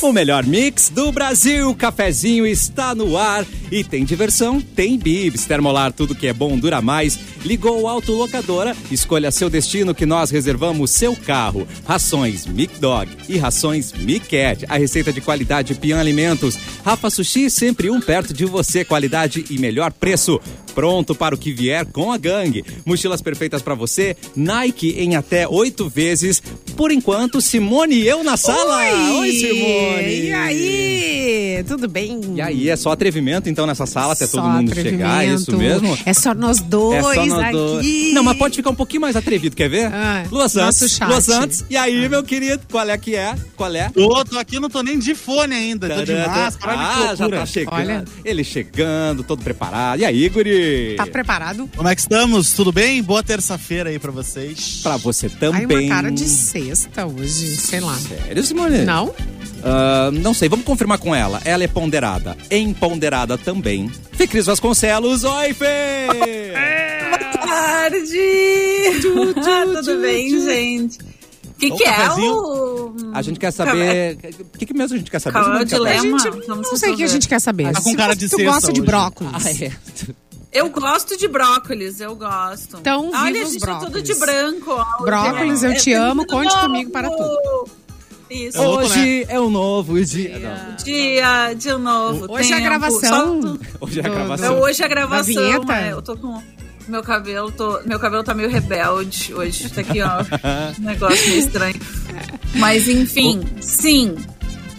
O melhor mix do Brasil, o cafezinho está no ar e tem diversão, tem bibs, termolar, tudo que é bom dura mais. Ligou o autolocadora, escolha seu destino que nós reservamos seu carro. Rações Mic Dog e rações Mic Cat, a receita de qualidade Pian Alimentos. Rafa Sushi, sempre um perto de você, qualidade e melhor preço pronto para o que vier com a gangue. Mochilas perfeitas para você, Nike em até oito vezes. Por enquanto, Simone e eu na sala. Oi! Oi, Simone. E aí? Tudo bem? E aí, é só atrevimento então nessa sala até todo mundo chegar, é isso mesmo? É só nós dois só nós aqui. dois. Não, mas pode ficar um pouquinho mais atrevido, quer ver? Ah, Lua nosso Santos, chat. Ah. Lua Santos. E aí, meu querido, qual é que é? Qual é? Ô, tô aqui, não tô nem de fone ainda. Tô de Tadã, máscara, olha que ah, já loucura. tá chegando. Olha. Ele chegando, todo preparado. E aí, guri? Tá preparado? Como é que estamos? Tudo bem? Boa terça-feira aí pra vocês. Pra você Ai, também. É. uma cara de sexta hoje, sei lá. Sério, Simone? Não? Ah, não sei, vamos confirmar com ela. Ela é ponderada. Emponderada também. Fê Cris Vasconcelos, oi Fê! tarde! Ah, Tudo bem, gente? O que, Ô, que é cafezinho. o. A gente quer saber... O que, que mesmo a gente quer saber? Qual é o Simone, dilema? quer saber? A gente É, mano, vamos não sei o que a resolver. gente quer saber. Tá com Se cara você- de tu sexta gosta de hoje. brócolis. Ah, é. Eu gosto de brócolis, eu gosto. Então, viva Olha, a os gente tá tudo brócolis. de branco. hoje, Brócolis, né? eu te É, amo, tudo conte novo. comigo para tudo. Isso. É louco, Hoje é um novo dia. Não, Dia de um novo. Hoje é a tempo. gravação. Só- um hoje é a Do- É, gravação. hoje é a Da gravação. vinheta? É, eu tô com. Meu cabelo, tô- meu cabelo tá meio rebelde hoje. Tá aqui, ó. um negócio meio estranho. Mas enfim, sim.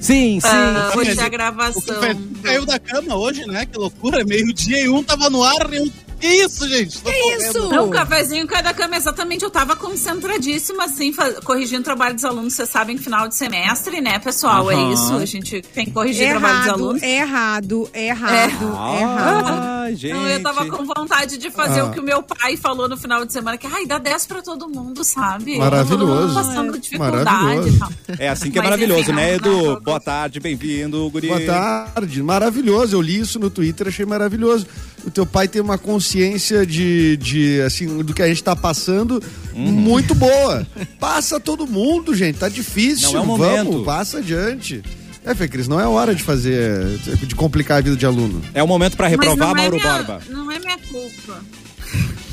Sim, sim. ah, hoje é a O gravação. café caiu da cama hoje, né? Que loucura. Meio-dia e um tava no ar e um. Que isso, gente? Tô correndo. Isso! Não, o É um cafezinho cai da cama, exatamente. Eu tava concentradíssima, assim, fa- corrigindo trabalho dos alunos. Vocês sabem que final de semestre, né, pessoal? Aham. É isso. A gente tem que corrigir trabalho dos Errado, alunos. errado, É. errado, errado. Ah, gente. Ah. Então, eu tava com vontade de fazer o que o meu pai falou no final de semana, que ai, dá 10 pra todo mundo, sabe? Todo mundo Maravilhoso. passando dificuldade Maravilhoso. e tal. É assim que é Mas, maravilhoso, enfim, né, não, Edu? não, é não. Boa tarde, bem-vindo, guri. Boa tarde, maravilhoso. Eu li isso no Twitter, achei maravilhoso. O teu pai tem uma consciência de, de assim, do que a gente tá passando Uhum. muito boa. Passa todo mundo, gente. Tá difícil. Não é o momento. Vamos, passa adiante. É, Fê Cris, não é hora de fazer, de complicar a vida de aluno. É o momento pra Mas reprovar, não é Mauro minha- Borba. Não é minha culpa.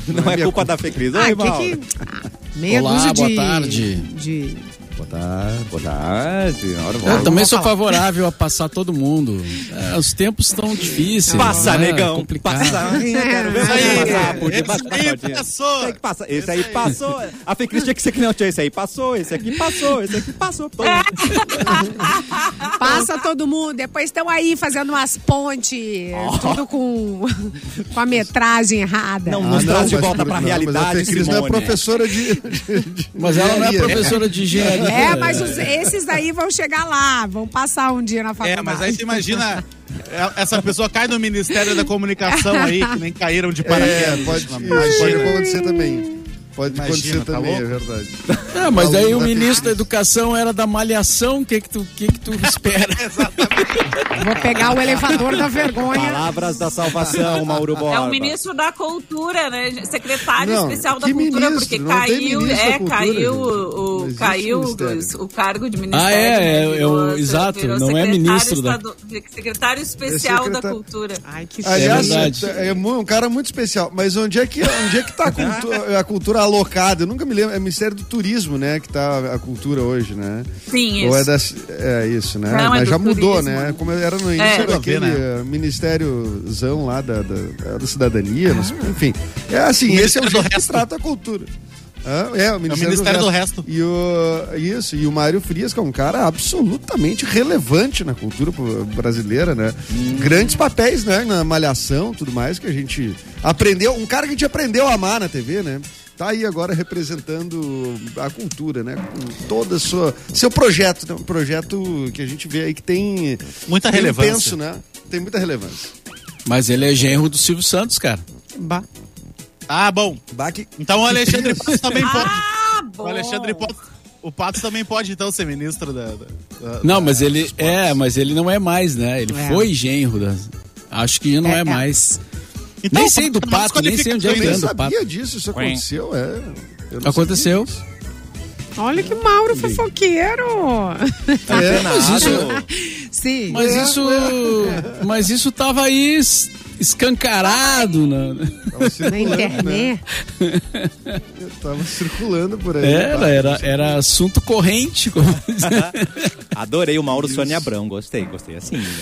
Não, é minha culpa da Fê Cris. Ah, Oi, o Mauro. que que... Ah, Meia Olá, dúzia boa de... tarde. de- Boa tarde. Boa tarde. Mauro Borba. Eu também sou favorável a passar todo mundo. É, Os tempos estão difíceis. Passa, né? negão. Complicado. Passa. Quero ver Isso você aí, passar por debaixo da esse aí cordinha. passou. Tem que passar. Esse aí passou. A Fê Cris tinha que ser que não tinha. Esse aí passou, esse aqui passou, esse aqui passou. Todo mundo. Passa todo mundo. Depois estão aí fazendo umas pontes, tudo com, com a metragem errada. Ah, Não, não. Nos traz de volta pra realidade, Mas é a Fê Cris não Simone. é professora de. de- de- Mas ela não é engenharia. professora de engenharia. É, mas os- esses aí vão chegar lá, vão passar um dia na faculdade. É, mas aí você imagina. é, Essa pessoa cai no Ministério da Comunicação aí, que nem caíram de paraquedas. É, pode, pode Imagina. acontecer também. Pode Imagina, acontecer tá também, louco? é verdade. É, mas aí o Aluno da ministro da Fê Cris. Educação era da malhação. O que que tu, o que que tu espera? Vou pegar o elevador da vergonha. Palavras da salvação, Mauro Borba. É o ministro da cultura, né? gente? Secretário Não, especial da que cultura, ministro? porque Não tem caiu, ministro da é, cultura, caiu gente. Não o, o existe caiu ministério. os- o cargo de ministério. Ah, é, né? é, Virou- é o- exato, virou não é secretário ministro da- estadu- secretário especial da secretário- cultura. Ah, Ai, que Aliás, chique. verdade. é, é mu- um cara muito especial. Mas onde é que, onde é que tá a cultura, a cultura alocada? Eu nunca me lembro. É o Ministério do Turismo, né? Que tá a cultura hoje, né? Sim, Ou isso. é das. É isso, né? Não, é Mas do já mudou, turismo. né? Como era no É. início Tudo a ver, daquele eh, ministériozão lá da, da, da cidadania, mas, enfim. É assim, esse é o Ministério do jeito que Resto. trata a cultura. Hã? É, o Ministério, Ministério do do Resto. Resto. E o, isso, e o Mário Frias, que é um cara absolutamente relevante na cultura po- brasileira, né? Grandes papéis, né? Na malhação tudo mais, que a gente aprendeu. Um cara que a gente aprendeu a amar na TV, né? Tá aí agora representando a cultura, né? Com todo a sua, seu projeto, né? Um projeto que a gente vê aí que tem... Muita tem relevância. Penso, né? Tem muita relevância. Mas ele é genro do Silvio Santos, cara. Bah. Ah, bom. Baque... Então o Alexandre Pato também pode. Ah, bom. O Alexandre Pato. O Pato também pode, então, ser ministro da. da- da- Não, mas ele é, mas ele não é mais, né? Ele É. foi genro da... Acho que não É, é, é. mais. Então, nem sei do tá mais Pato, nem sei onde é Eu que nem anda o Pato. sabia disso, isso aconteceu, é... Eu não Aconteceu. sabia disso. Olha que Mauro fofoqueiro. Tá É, Mas isso, Sim. mas isso, mas isso tava aí es- escancarado, né? tava Na circulando, né? internet. Eu tava circulando por aí. É, É, Era, era, era assunto corrente. como diz. Adorei o Mauro Sônia Abrão, gostei, gostei assim, né?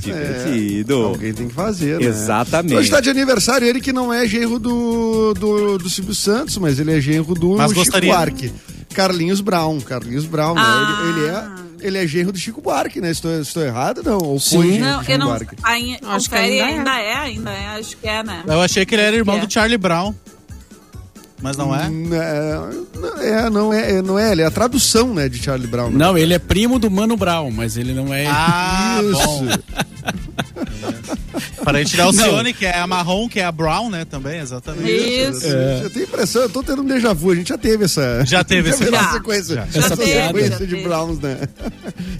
Divertido. Alguém tem que fazer, né? Exatamente. Hoje tá de aniversário ele que não é genro do, do, do Silvio Santos, mas ele é genro do Mas Chico gostaria. Buarque. Carlinhos Brown, Carlinhos Brown, né? Ah. Ele, ele é, ele é genro do Chico Buarque, né? Estou, estou errado, não? Ou Sim. foi genro Não, do Chico eu não. Buarque? Aí, Acho o que Ferry ainda ainda é. ainda é, acho que é, né? Eu achei que ele era irmão É. do Charlie Brown. Mas não é? Hum, É, é, não é, é, não é, ele é a tradução, né, de Charlie Brown. né? Não, ele é primo do Mano Brown, mas ele não é. Ah, bom. Para a gente dar o Cione, que é a marrom, que é a Brown, né? Também, exatamente. Isso. Eu tenho a impressão, eu tô tendo um déjà vu, a gente já teve essa. É. Já teve esse essa Já. sequência. Já essa teve, já sequência de teve. Browns, né?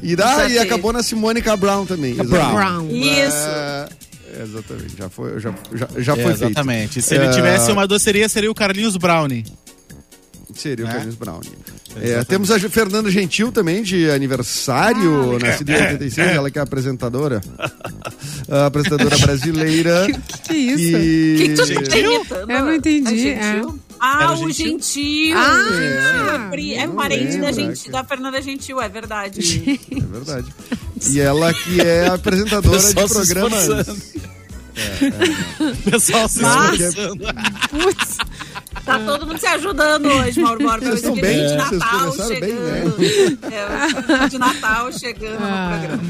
E, dá- Já e teve. acabou na Simônica Brown também. exatamente. Brown. Isso. É, exatamente, já foi, já, já, já É, foi exatamente. Se É. ele tivesse uma doceria, seria o Carlinhos Brownie. feito. Seria o Né? Carlinhos Brown. É, Exatamente. temos a Ju- Fernanda Gentil também, de Ah, aniversário, nascida em 86, ela que é apresentadora. A apresentadora brasileira. O que, que é isso? Que... Que tu tá imitando? Eu não entendi, É gentil? Ah, Era o gentil? Gentil. Ah, o gentil é, pri- é não parente da, lembro, gente, cara. da Fernanda Gentil, é verdade. É verdade. E ela que é apresentadora de Pessoal se programas. esforçando. O pessoal se é. Mas- esforçando. Putz. Tá todo mundo se ajudando hoje, Mauro Borba. É. Vocês Eu estão esqueci bem, de né? Vocês Natal começaram bem, né? chegando. É, o de Natal chegando Ah. no programa.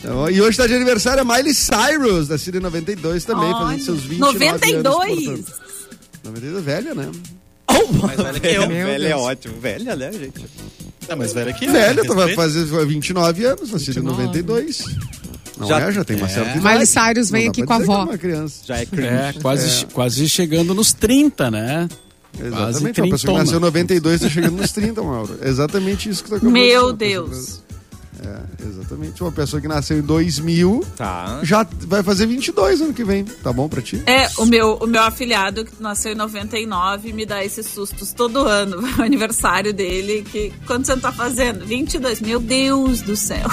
Então, E hoje tá de aniversário a Miley Cyrus, da Síria 92 também, Olha, fazendo seus 29 anos. 92? portanto. 92 é velha, né? Velha, Meu velha é Deus. ótimo, velha, né, gente? Tá, mas velho aqui. Velha, tu vai respeito. fazer 29 anos, nascida em 92. Não Já- é? Já tem uma certa idade. Miley Cyrus Não vem dá aqui pra com a dizer que avó. É uma criança. Já é cringe. É, quase, quase chegando nos 30, né? Quase Exatamente, é uma pessoa que trintona. nasceu em 92 tá chegando nos 30, Mauro. É Exatamente isso que tu acabou de dizer, Meu uma pessoa Deus. que- É, exatamente. Uma pessoa que nasceu em 2000 Tá. já vai fazer 22 ano que vem. Tá bom pra ti? É, o meu, o meu afilhado, que nasceu em 99, me dá esses sustos todo ano. O aniversário dele, que quanto você tá fazendo? 22. Meu Deus do céu.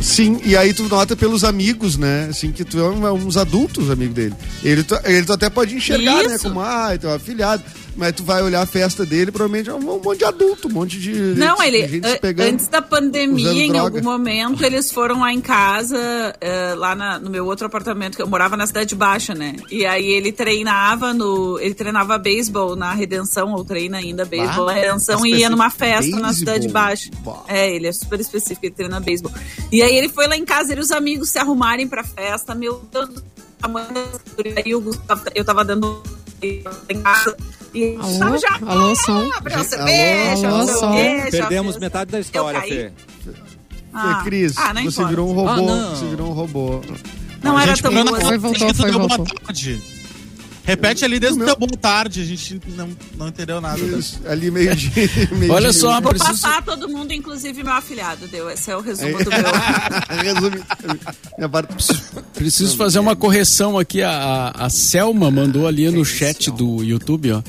Sim, e aí tu nota pelos amigos, né? Assim, que tu é um- é uns adultos, amigo dele. Ele tu, ele tu até pode enxergar, né? Isso. Como, ah, teu afilhado. Mas tu vai olhar a festa dele, provavelmente é um monte de adulto, um monte de. Não, de ele gente se an- pegando. É, antes da usando pandemia, em droga. algum momento, eles foram lá em casa, eh, lá na- no meu outro apartamento, que eu morava na Cidade Baixa, né? E aí ele treinava no. Ele treinava beisebol na Redenção, ou treina ainda beisebol na Redenção, mas e ia numa festa específico, na Cidade beisebol. Baixa. Bah. É, ele é super específico, ele treina beisebol. E aí ele foi lá em casa, ele e os amigos se arrumarem pra festa, meu Deus do céu, a mãe da- e aí o Gustavo, eu tava dando em casa. E Alô? Gustavo já Alô, som. abre o seu Alô, beijo, alô, o seu som. beijo, Perdemos a festa. metade da história, caí. Fê. Ah, Cris, ah, não você importa. virou um robô. Ah, não. você virou um robô. Não A era gente tão parou na boa. Foi, Acho voltou, que tu foi, deu alguma voltou. tarde. Repete ali desde Não. o teu boa tarde, a gente não, não entendeu nada. Isso, ali meio de. meio Olha de- só, Vou preciso, passar todo mundo, inclusive meu afilhado, deu. Esse é o resumo do meu. Resumindo. Minha parte. preciso fazer é. uma correção aqui. A, a Selma mandou ali no chat do YouTube, ó,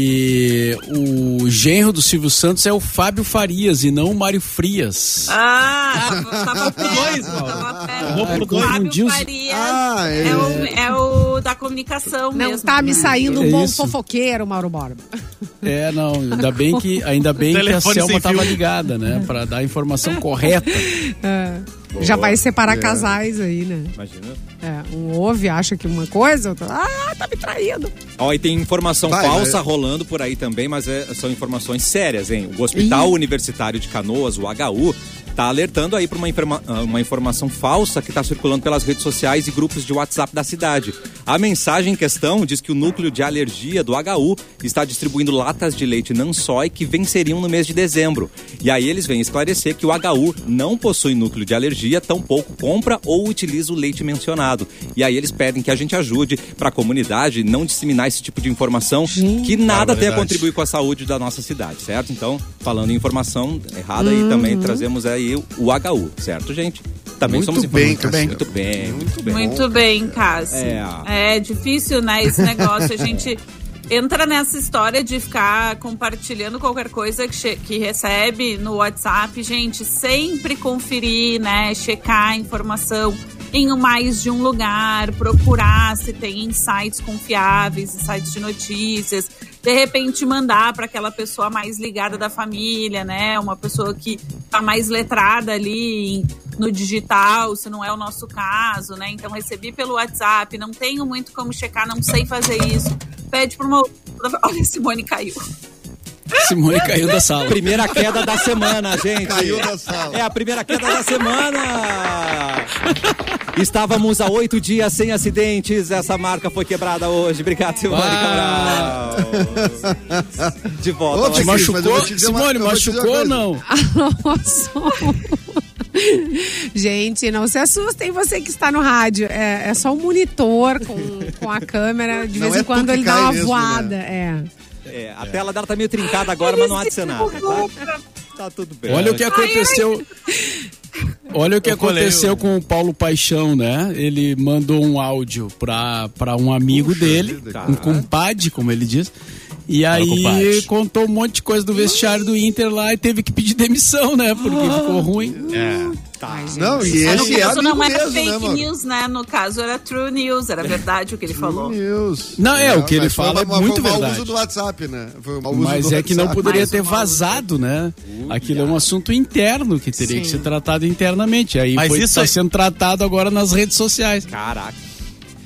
que o genro do Silvio Santos é o Fábio Farias e não o Mário Frias. Ah, tava- tava perto. dois, Mauro. tava Vou pro dois. perto. Tá Fábio Confundiu os- Farias Ah, é. é, o, é o da comunicação Não mesmo. tá me né? saindo um É bom isso. fofoqueiro, Mauro Borba. É, não, ainda bem que, ainda bem que a Telefone Selma sem estava fio. ligada, né? Para dar a informação correta. Já vai separar casais aí, né? Imagina. É, um ouve, acha que uma coisa, outro, ah, tá me traindo. Ó, e tem informação Vai, falsa vai. rolando por aí também, mas é- são informações sérias, hein? O Hospital Universitário de Canoas, o HU, tá alertando aí para uma, informa- ah, uma informação falsa que está circulando pelas redes sociais e grupos de WhatsApp da cidade. A mensagem em questão diz que o núcleo de alergia do HU está distribuindo latas de leite Nansói que venceriam no mês de dezembro. E aí eles vêm esclarecer que o HU não possui núcleo de alergia, tampouco compra ou utiliza o leite mencionado. E aí eles pedem que a gente ajude para a comunidade não disseminar esse tipo de informação que nada tem a Barbaridade. contribuir com a saúde da nossa cidade, certo? Então, falando em informação errada aí também trazemos aí o HU, certo, gente? Também Muito somos bem, informados. muito Cassiano. bem, muito bem, Muito bem, Cássio. É. É. difícil, né, esse negócio. A gente. entra nessa história de ficar compartilhando qualquer coisa que, che- que recebe no WhatsApp. Gente, sempre conferir, né? Checar a informação em mais de um lugar, procurar se tem sites confiáveis, sites de notícias. De repente mandar para aquela pessoa mais ligada da família, né? Uma pessoa que tá mais letrada ali em- no digital, se não é o nosso caso, né? Então recebi pelo WhatsApp, não tenho muito como checar, não sei fazer isso. Pede para uma outra- Olha, a Simone caiu. Simone caiu da sala. Primeira queda da semana, gente. Caiu da sala. É a primeira queda da semana. Estávamos há oito dias sem acidentes. Essa marca foi quebrada hoje. Obrigado, Simone Uau. Cabral. De volta. Ô, Laís. Chiquinho, mas eu vou Machucou? te dizer uma- Simone, eu vou te dizer uma machucou ou coisa. não? Alonso. Gente, não se assustem, você que está no rádio. É, é só um monitor com, com a câmera. De Não vez é em tu quando que ele dá cai uma mesmo, né? voada. É, a tela dela tá meio trincada agora, mas não há é de ser nada. Tá, Tá tudo bem. Olha o que aconteceu. Olha o que Eu falei, aconteceu eu- com o Paulo Paixão, né? Ele mandou um áudio pra, pra um amigo dele, um compadre, como ele diz. E aí compadre. contou um monte de coisa do vestiário do Inter lá e teve que pedir demissão, né? Porque Ah, ficou ruim. É. Não, e Mas no esse é caso amigo não era mesmo, né, fake mano? news, né? No caso era true news, era verdade o que ele falou. News. Não, é, o que ele mas foi fala é uma- muito Foi um mau verdade. uso do WhatsApp, né? Foi um mau uso Mas do é que não WhatsApp. poderia Mais ter um áudio. vazado, né? Aquilo é um assunto interno que teria que ser tratado internamente. Aí Mas foi isso está aí- sendo tratado agora nas redes sociais. Caraca.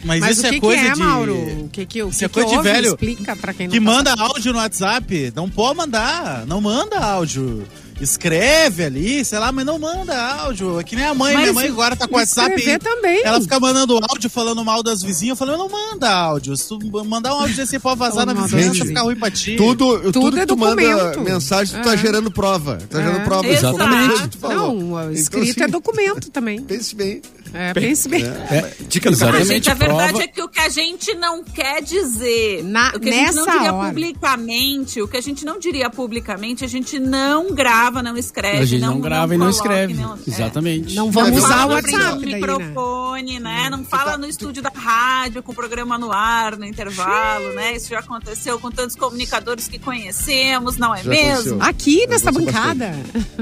Mas, Mas isso o que, é que coisa é, de. Mauro? O que, que, o que, é que coisa de houve? velho Explica pra quem não Que tá manda áudio no WhatsApp. Não pode mandar. Não manda áudio. Escreve ali, sei lá, mas não manda áudio. É que nem a mãe. Mas minha mãe agora tá com o WhatsApp. escrever também. Ela fica mandando áudio falando mal das vizinhas. Eu falei, não manda áudio. Se tu mandar um áudio desse, pode vazar na Não, vizinhança, gente, fica ruim pra ti. Tudo, tudo, Tudo que é tu manda documento. É. mensagem, tu tá gerando prova. Tá gerando prova. de Exato. qualquer coisa que tu falou. Não, Então, escrito é assim, documento também. Pense bem. É, pense bem. né? Dica do Exato. Cabral. Ah, gente, a Prova- verdade é que o que a gente não quer dizer, Na- o que a gente não nessa diria hora. publicamente, o que a gente não diria publicamente, a gente não grava, não escreve, É, A gente não, não, grava e não coloca, né, escreve. não- é. Exatamente. Não Não vamos usar fala o na frente do WhatsApp daí, né? microfone, né? Não fala no estúdio da rádio, com o programa no ar, no intervalo, né? Isso já aconteceu com tantos comunicadores que conhecemos, não é Já mesmo? aconteceu. Aqui, Eu nessa gosto bancada.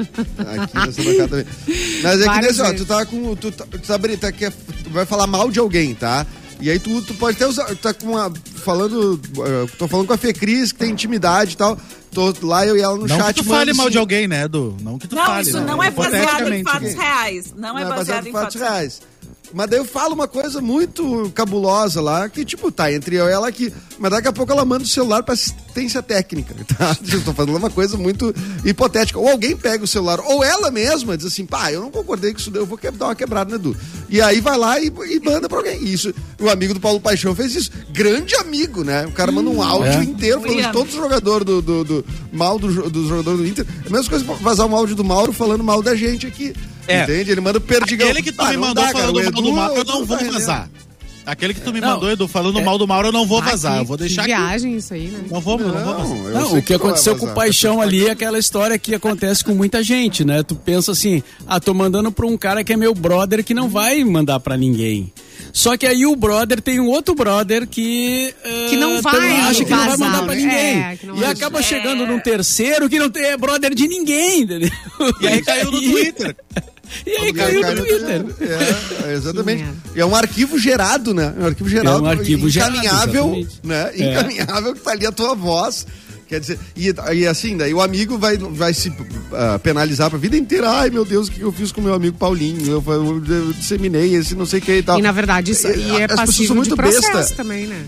Aqui nessa bancada também. Mas é que Várias nesse, ó, vezes. tu tá com. Tu, tá- tu, tá, brin- tá- quer- tu vai falar mal de alguém, tá? E aí tu, tu pode até usar. Tu tá com uma. Falando. eh, tô falando com a Fê Cris, que tem intimidade e tal. Tô lá, eu e ela no Não chat. que tu mano, fale mal assim, de alguém, né, Edu? Não que tu Não, fale. isso né? não é baseado em Hipoteticamente. fatos reais. Não, é baseado, em fatos reais. Mas daí eu falo uma coisa muito cabulosa lá, que tipo, tá entre eu e ela aqui. Mas daqui a pouco ela manda o celular pra assistência técnica, tá? Eu tô falando uma coisa muito hipotética. Ou alguém pega o celular, ou ela mesma diz assim, pá, eu não concordei com isso, daí, eu vou que- dar uma quebrada, né, Edu? E aí vai lá e, e manda pra alguém. Isso, o amigo do Paulo Paixão fez isso. Grande amigo, né? O cara Hum, manda um áudio é. inteiro falando de William. todos os jogadores do, do, do mal do, jo- dos jogadores do Inter. A mesma coisa que vazar um áudio do Mauro falando mal da gente aqui. É. Entende? Ele manda o perdigão. Aquele que tu Ah, me não mandou dá, cara. falando O mal do Edu, Mauro, eu o Edu É. não vou tá rendendo. vazar. Aquele que tu me Não, mandou, Edu, falando mal do Mauro, eu não vou Ah, vazar. que- Eu vou deixar que aqui. viagem isso aí, né? Não vou, não vou vazar. Não, eu Não, sei é, o que tu vai aconteceu com o vazar. paixão ali é aquela história que acontece com muita gente, né? Tu pensa assim, ah, tô mandando pra um cara que é meu brother que não vai mandar pra ninguém. Só que aí o brother tem um outro brother que. eh, Que não vai também acha que não vai vazar, mandar pra né? ninguém. É, que não e vai- acaba chegando num terceiro que não tem, é brother de ninguém, entendeu? E aí caiu no Twitter. E aí E aí caiu no cai Twitter. É, exatamente. Que merda. E é um arquivo gerado, né? É um arquivo gerado. É um arquivo gerado, encaminhável, exatamente. É. né? Encaminhável que tá ali a tua voz. Quer dizer, e, e assim, daí o amigo vai, vai se ah, penalizar pra vida inteira. Ai, meu Deus, o que eu fiz com meu amigo Paulinho? Eu, eu, eu disseminei esse não sei o que e tal. E na verdade isso aí As é pessoas passivo são muito de processo besta. também, né?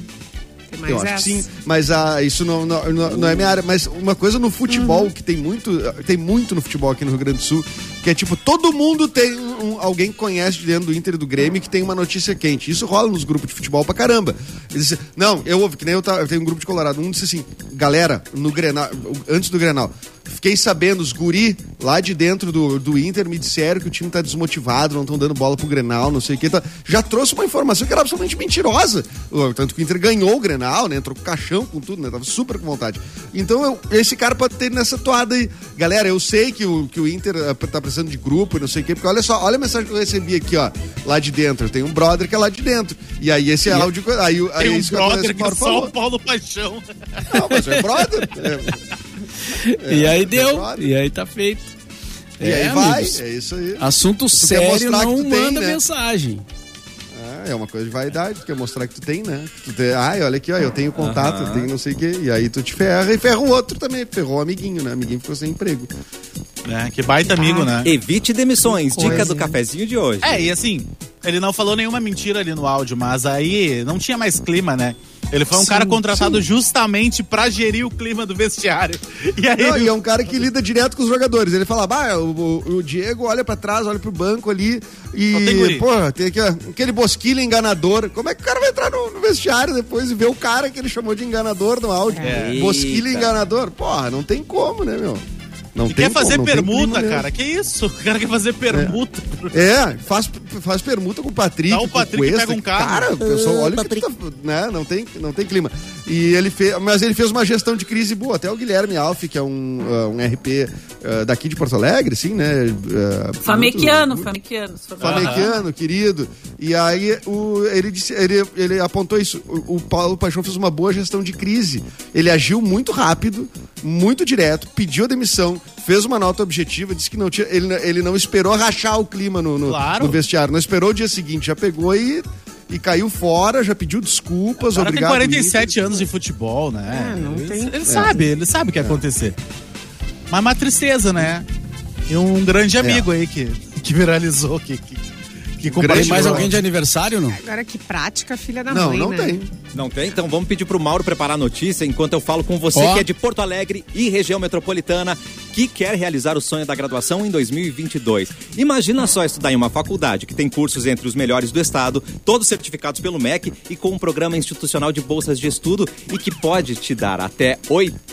Tem mais Eu acho essa. que sim, um mas ah, isso não, não, não- não é minha área. Mas uma coisa no futebol, que tem muito, tem muito no futebol aqui no Rio Grande do Sul, que é tipo, todo mundo tem um- um- alguém que conhece de dentro do Inter e do Grêmio que tem uma notícia quente. Isso rola nos grupos de futebol pra caramba. Eles dizem, não, eu ouvi, que nem eu, tá, eu tenho um grupo de Colorado. Um disse assim, galera, no Grenal, antes do Grenal, fiquei sabendo, os guri lá de dentro do, do Inter me disseram que o time tá desmotivado, não estão dando bola pro Grenal, não sei o que. Tá. Já trouxe uma informação que era absolutamente mentirosa. O- Tanto que o Inter ganhou o Grenal, né? Entrou com caixão, com tudo, né? Tava super com vontade. Então eu- esse cara pode ter nessa toada aí. Galera, eu sei que o, que o Inter eh, tá conversando de grupo e não sei o quê, porque olha só, olha a mensagem que eu recebi aqui, ó, lá de dentro. Tem um brother que é lá de dentro. E aí esse áudio. Aí, aí Tem um isso acontece brother com que é o Mauro só Paulo. o Paulo Paixão. Não, mas é brother. e aí é deu. verdade. E aí tá feito. É, e aí É, vai, amigos. é isso aí. Assunto quer sério mostrar que não tu tem, manda né? mensagem. Ah, é uma coisa de vaidade, tu quer mostrar que tu tem, né? Que Tu tem, ai, olha aqui, ó, eu tenho contato, eu tenho não sei o quê. E aí tu te ferra e ferra o outro também. Ferrou o amiguinho, né? O amiguinho ficou sem emprego. É, que baita amigo, né? Ah, Evite demissões, Que dica coisa, do né? cafezinho de hoje. É, e assim, ele não falou nenhuma mentira ali no áudio, mas aí não tinha mais clima, né? Ele foi um cara contratado justamente pra gerir o clima do vestiário. E aí Não, ele e é um cara que lida direto com os jogadores. Ele fala, bah, o, o- o Diego olha pra trás, olha pro banco ali Só tem e, guri. porra, tem aqui, ó, aquele bosquilha enganador. Como é que o cara vai entrar no, no vestiário depois e ver o cara que ele chamou de enganador no áudio? É. Bosquilha Eita. enganador? Porra, não tem como, né, meu? Não E tem quer fazer como, não tem permuta, clima né? mesmo. cara. Que isso? O cara quer fazer permuta. É, faz, faz permuta com o Patrick. Dá o com Patrick, Cuesta. pega um carro. Cara, o pessoal, olha o que tu tá, né? não, tem, não tem clima. E ele fez, mas ele fez uma gestão de crise boa. Até o Guilherme Alf, que é um, ah, um RP ah, daqui de Porto Alegre, sim, né? ah, Famequiano, muito- famequiano. se for falar. Famequiano, querido. E aí o, ele, disse, ele, ele apontou isso. O, o Paulo Paixão fez uma boa gestão de crise. Ele agiu muito rápido, muito direto, pediu a demissão, fez uma nota objetiva, disse que não tinha. Ele, ele não esperou rachar o clima no, no, Claro. no vestiário. Não esperou o dia seguinte, já pegou e, e caiu fora, já pediu desculpas. O cara tem obrigado. 47 anos de futebol, né? É, não ele tem- ele sabe, ele sabe o que ia acontecer. Mas uma tristeza, né? E um grande amigo aí que, que viralizou, que, que, que Tem compartilhou. mais Brother. alguém de aniversário, não? Agora que prática, filha da Não, mãe, não né? tem. Não tem? Então vamos pedir pro Mauro preparar a notícia enquanto eu falo com você Ó. que é de Porto Alegre e região metropolitana que quer realizar o sonho da graduação em 2022. Imagina só estudar em uma faculdade que tem cursos entre os melhores do estado, todos certificados pelo MEC e com um programa institucional de bolsas de estudo e que pode te dar até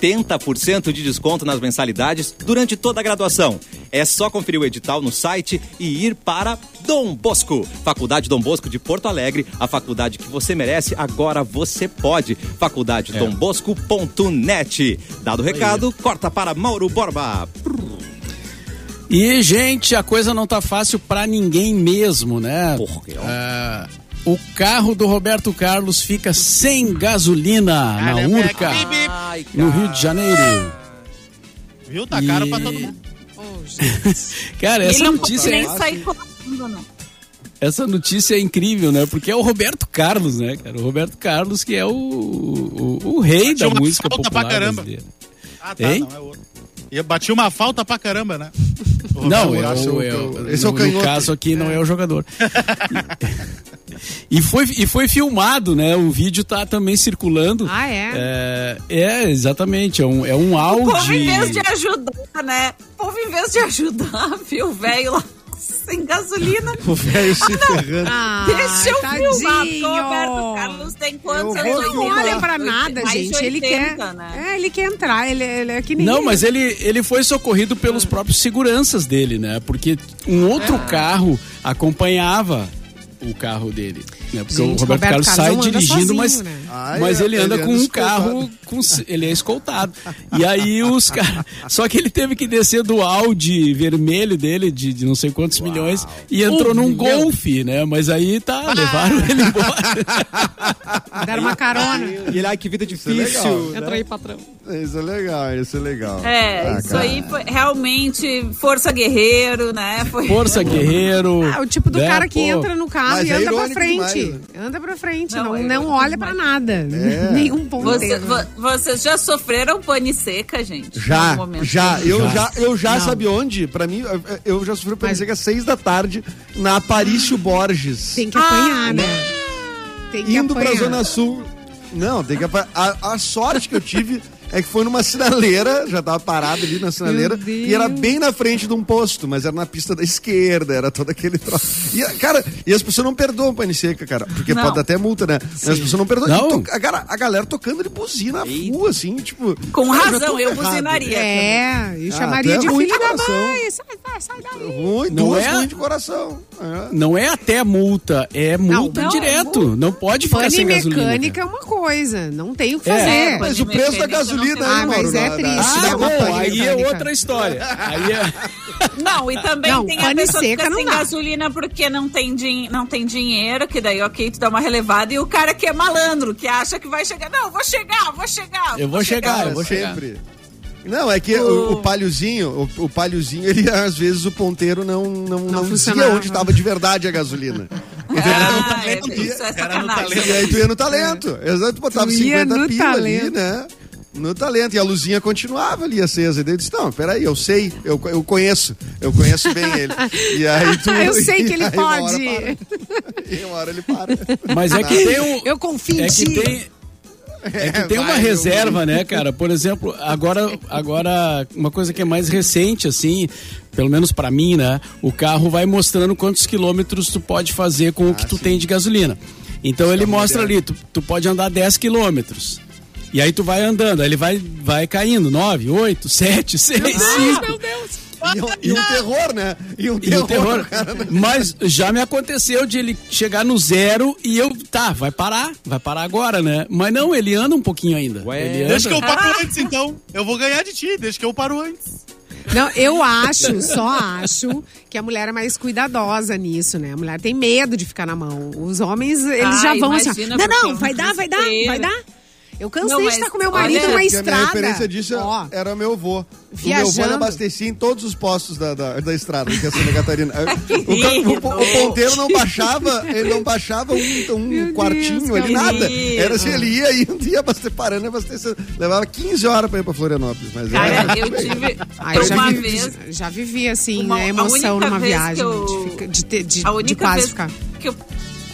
80% de desconto nas mensalidades durante toda a graduação. É só conferir o edital no site e ir para Dom Bosco. Faculdade Dom Bosco de Porto Alegre, a faculdade que você merece, agora você pode. Faculdade dombosco.net. Dado o recado, corta para Mauro Borba. E, gente, a coisa não tá fácil pra ninguém mesmo, né? Por quê? Ah, o carro do Roberto Carlos fica sem gasolina na Urca, Ai, cara. no Rio de Janeiro. Viu? Tá caro pra E- todo mundo. Ô, gente. Cara, Ele essa não pode notícia, nem é, sair correndo, não. essa notícia é incrível, né? Porque é o Roberto Carlos, né, cara? O Roberto Carlos que é o, o, o rei Bati da uma música falta popular pra caramba. brasileira. Ah, Hein? não, é outro. E eu bati uma falta pra caramba, né? Não, é Esse é o- o, é o- esse é o no, no canhoto. caso aqui não é o jogador. E foi, e foi filmado, né? O vídeo tá também circulando. Ah, é? É, é, exatamente. É um, é um O povo, em vez Audi. de ajudar, né? O povo, em vez de ajudar, viu o velho lá sem gasolina. O velho se ferrando. Ah, Deixa eu filmar, porque tadinho. o Roberto Carlos tem quantos Eu anos? vou Ele não olha pra 80, nada, mais de gente. Ele 80, quer. Né? É, ele quer entrar. Ele, ele é que nem. Não, mas ele, ele foi socorrido pelos próprios seguranças dele, né? Porque um outro Ah. carro acompanhava o carro dele. Né? Porque Gente, o Roberto, Carlos, sai não anda dirigindo, sozinho, mas, né? Ah, mas é, ele anda ele com anda um escoltado. carro, com- ele é escoltado. E aí os caras. Só que ele teve que descer do Audi vermelho dele, de, de não sei quantos milhões, e Um entrou num golfe, né? Mas aí tá, levaram Ah. ele embora. é- Dar uma carona. E ele, ai, que vida legal, difícil. né? Entra aí, patrão. Isso é legal, isso é legal. É, Ah, isso cara. aí foi realmente força guerreiro, né? Foi... Força Guerreiro. Ah, o tipo do né? cara que Pô. entra no carro Mas e é anda pra irônico frente. demais, né? Anda pra frente, Não, não, é não, irônico olha pra nada. É. Nenhum ponto. Você- teve. vo- vocês já sofreram pane seca, gente? Em Já, algum momento? já, eu já, eu já Não. sabe onde? Pra mim, eu- eu já sofri pra dizer que às seis da tarde na Aparício Borges. Tem que apanhar, né? Tem que Ah, indo apanhar. pra Zona Sul. Não, tem que apa- a, a sorte que eu tive é que foi numa sinaleira, já tava parado ali na sinaleira, Meu e era Deus. bem na frente de um posto, mas era na pista da esquerda, era todo aquele troço. E, cara, e as pessoas não perdoam pane seca, cara, porque Não. pode dar até multa, né? Mas as pessoas não perdoam. Não. E to- a, cara- a galera tocando de buzina na rua, assim, tipo. Com cara, já razão, tô eu ferrado. buzinaria. É, e Ah, chamaria até de ruim de filho da coração. mãe. Sai, sai, sai dali. Ruim, Não duas é? ruim de coração. É. Não é até multa, é multa não, direto. Não pode ficar Pane sem gasolina. mecânica cara. é uma coisa, não tem o que É. fazer. Mas Mas o preço da mecânica gasolina, não, hein, Ah, mas Mauro? é Na- triste. na- né, Ah, uma bom, farinha aí é orgânica. outra história. Aí é... não, e também Não, tem a pane pessoa que seca fica não sem dá. gasolina porque não tem, din não tem dinheiro, que daí, ok, tu dá uma relevada. E o cara que é malandro, que acha que vai chegar. Não, vou chegar, vou chegar. Eu vou chegar, Cara, eu vou chegar. sempre. Não, é que o, o palhozinho, o, o palhozinho, ele às vezes o ponteiro não, não, não, dizia funcionava. onde estava de verdade a gasolina. Ah, é, isso é Era tá no sacanagem. E aí tu ia no talento. Exato, botava Tu ia 50 no pila ali, talento. né? No talento. E a luzinha continuava ali acesa. E daí eu disse, não, peraí, eu sei, eu, eu conheço. Eu conheço bem ele. E aí tu... Eu sei que e ele aí uma hora pode. para. E uma hora ele para. Mas é que tem um, Eu confio é em ti. que tem é que tem uma vai, reserva, né, cara? Por exemplo, agora, agora uma coisa que é mais recente, assim, pelo menos pra mim, né? O carro vai mostrando quantos quilômetros tu pode fazer com o que tu tem de gasolina. Então ele mostra ali, tu, tu pode andar 10 quilômetros. E aí tu vai andando, aí ele vai, vai caindo, 9, 8, 7, 6, Ah, 5. E um, e um terror, né? E um E terror. o terror. Mas já me aconteceu de ele chegar no zero e eu, tá, vai parar, vai parar agora, né? Mas não, ele anda um pouquinho ainda. Ué. Ele anda. Deixa que eu paro antes, então. Eu vou ganhar de ti, deixa que eu paro antes. Não, eu acho, só acho, que a mulher é mais cuidadosa nisso, né? A mulher tem medo de ficar na mão. Os homens, eles Ah, já vão assim, ó, não, imagina, porque é não, um vai dar, vai dar, desespero. vai dar. Eu cansei Não, de mas estar com meu marido olha- numa Porque a minha estrada. referência disso é Ó, era meu avô. O meu avô ele Viajando. abastecia em todos os postos da, da, da estrada, que é Santa Catarina. O, ca- querido. o po- o ponteiro não baixava, ele não baixava um, um Meu quartinho Deus, ali, querido. nada. Era assim, ele ia indo, ia abaste- parando e abastecendo. Levava 15 horas pra ir pra Florianópolis, mas era- Cara, eu tive aí É. ah, eu já, uma vivi, vez. já vivi, assim, Uma- né, a emoção única numa vez que viagem. eu- De, fica- de, ter- de, A de única quase vez ficar. que eu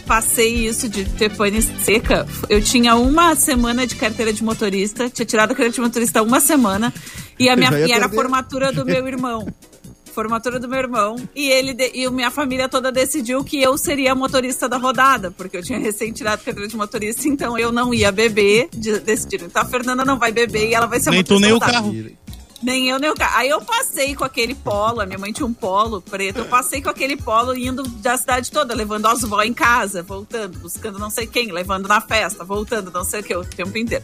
passei isso de ter pane seca, eu tinha uma semana de carteira de motorista, tinha tirado a carteira de motorista há uma semana, e, a minha, Já ia e era a perder. formatura do meu irmão. Formatura do meu irmão. E ele de- e minha família toda decidiu que eu seria a motorista da rodada, porque eu tinha recém tirado a carteira de motorista, então eu não ia beber. de- decidiram. Então a Fernanda não vai beber e ela vai ser a Nem tu, motorista nem da o rodada. carro. Nem eu, nem o cara. Aí eu passei com aquele polo, a minha mãe tinha um polo preto, eu passei com aquele polo indo da cidade toda, levando as vó em casa, voltando, buscando não sei quem, levando na festa, voltando, não sei o que, o tempo inteiro.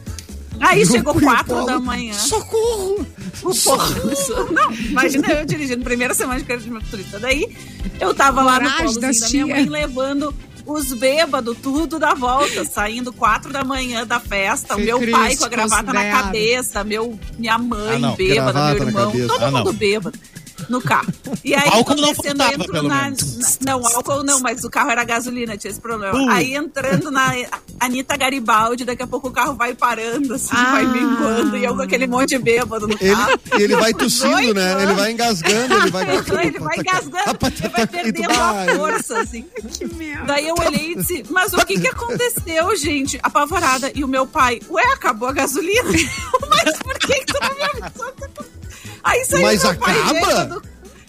Aí chegou Fui quatro Paulo. da manhã. Socorro! O polo. Não, imagina eu dirigindo, primeira semana de carreira de motorista. Daí eu tava lá no Coragem polozinho da das minha tia. mãe levando os bêbados, tudo da volta, saindo quatro da manhã da festa, Que o meu pai Cristo com a gravata na considerado. cabeça, meu, minha mãe Ah, não, bêbada, gravata meu na irmão, cabeça. todo Ah, não. mundo bêbado. No carro. E aí, Álcool não acontecendo, faltava, entro pelo na, menos. na- Não, álcool não, mas o carro era gasolina, tinha esse problema. Pum. Aí entrando na Anitta Garibaldi, daqui a pouco o carro vai parando, assim, Ah. vai minguando, e eu com aquele monte de bêbado no Ele, carro. ele vai Dois tossindo, né? Ele anos. vai engasgando, ele vai... Então ele vai engasgando, ele vai perdendo a força, assim. Que merda. Daí eu olhei e disse, mas o que que aconteceu, gente? Apavorada. E o meu pai, ué, acabou a gasolina? mas por que que tu não me avisou? Aí saiu Mas meu pai acaba? bêbado.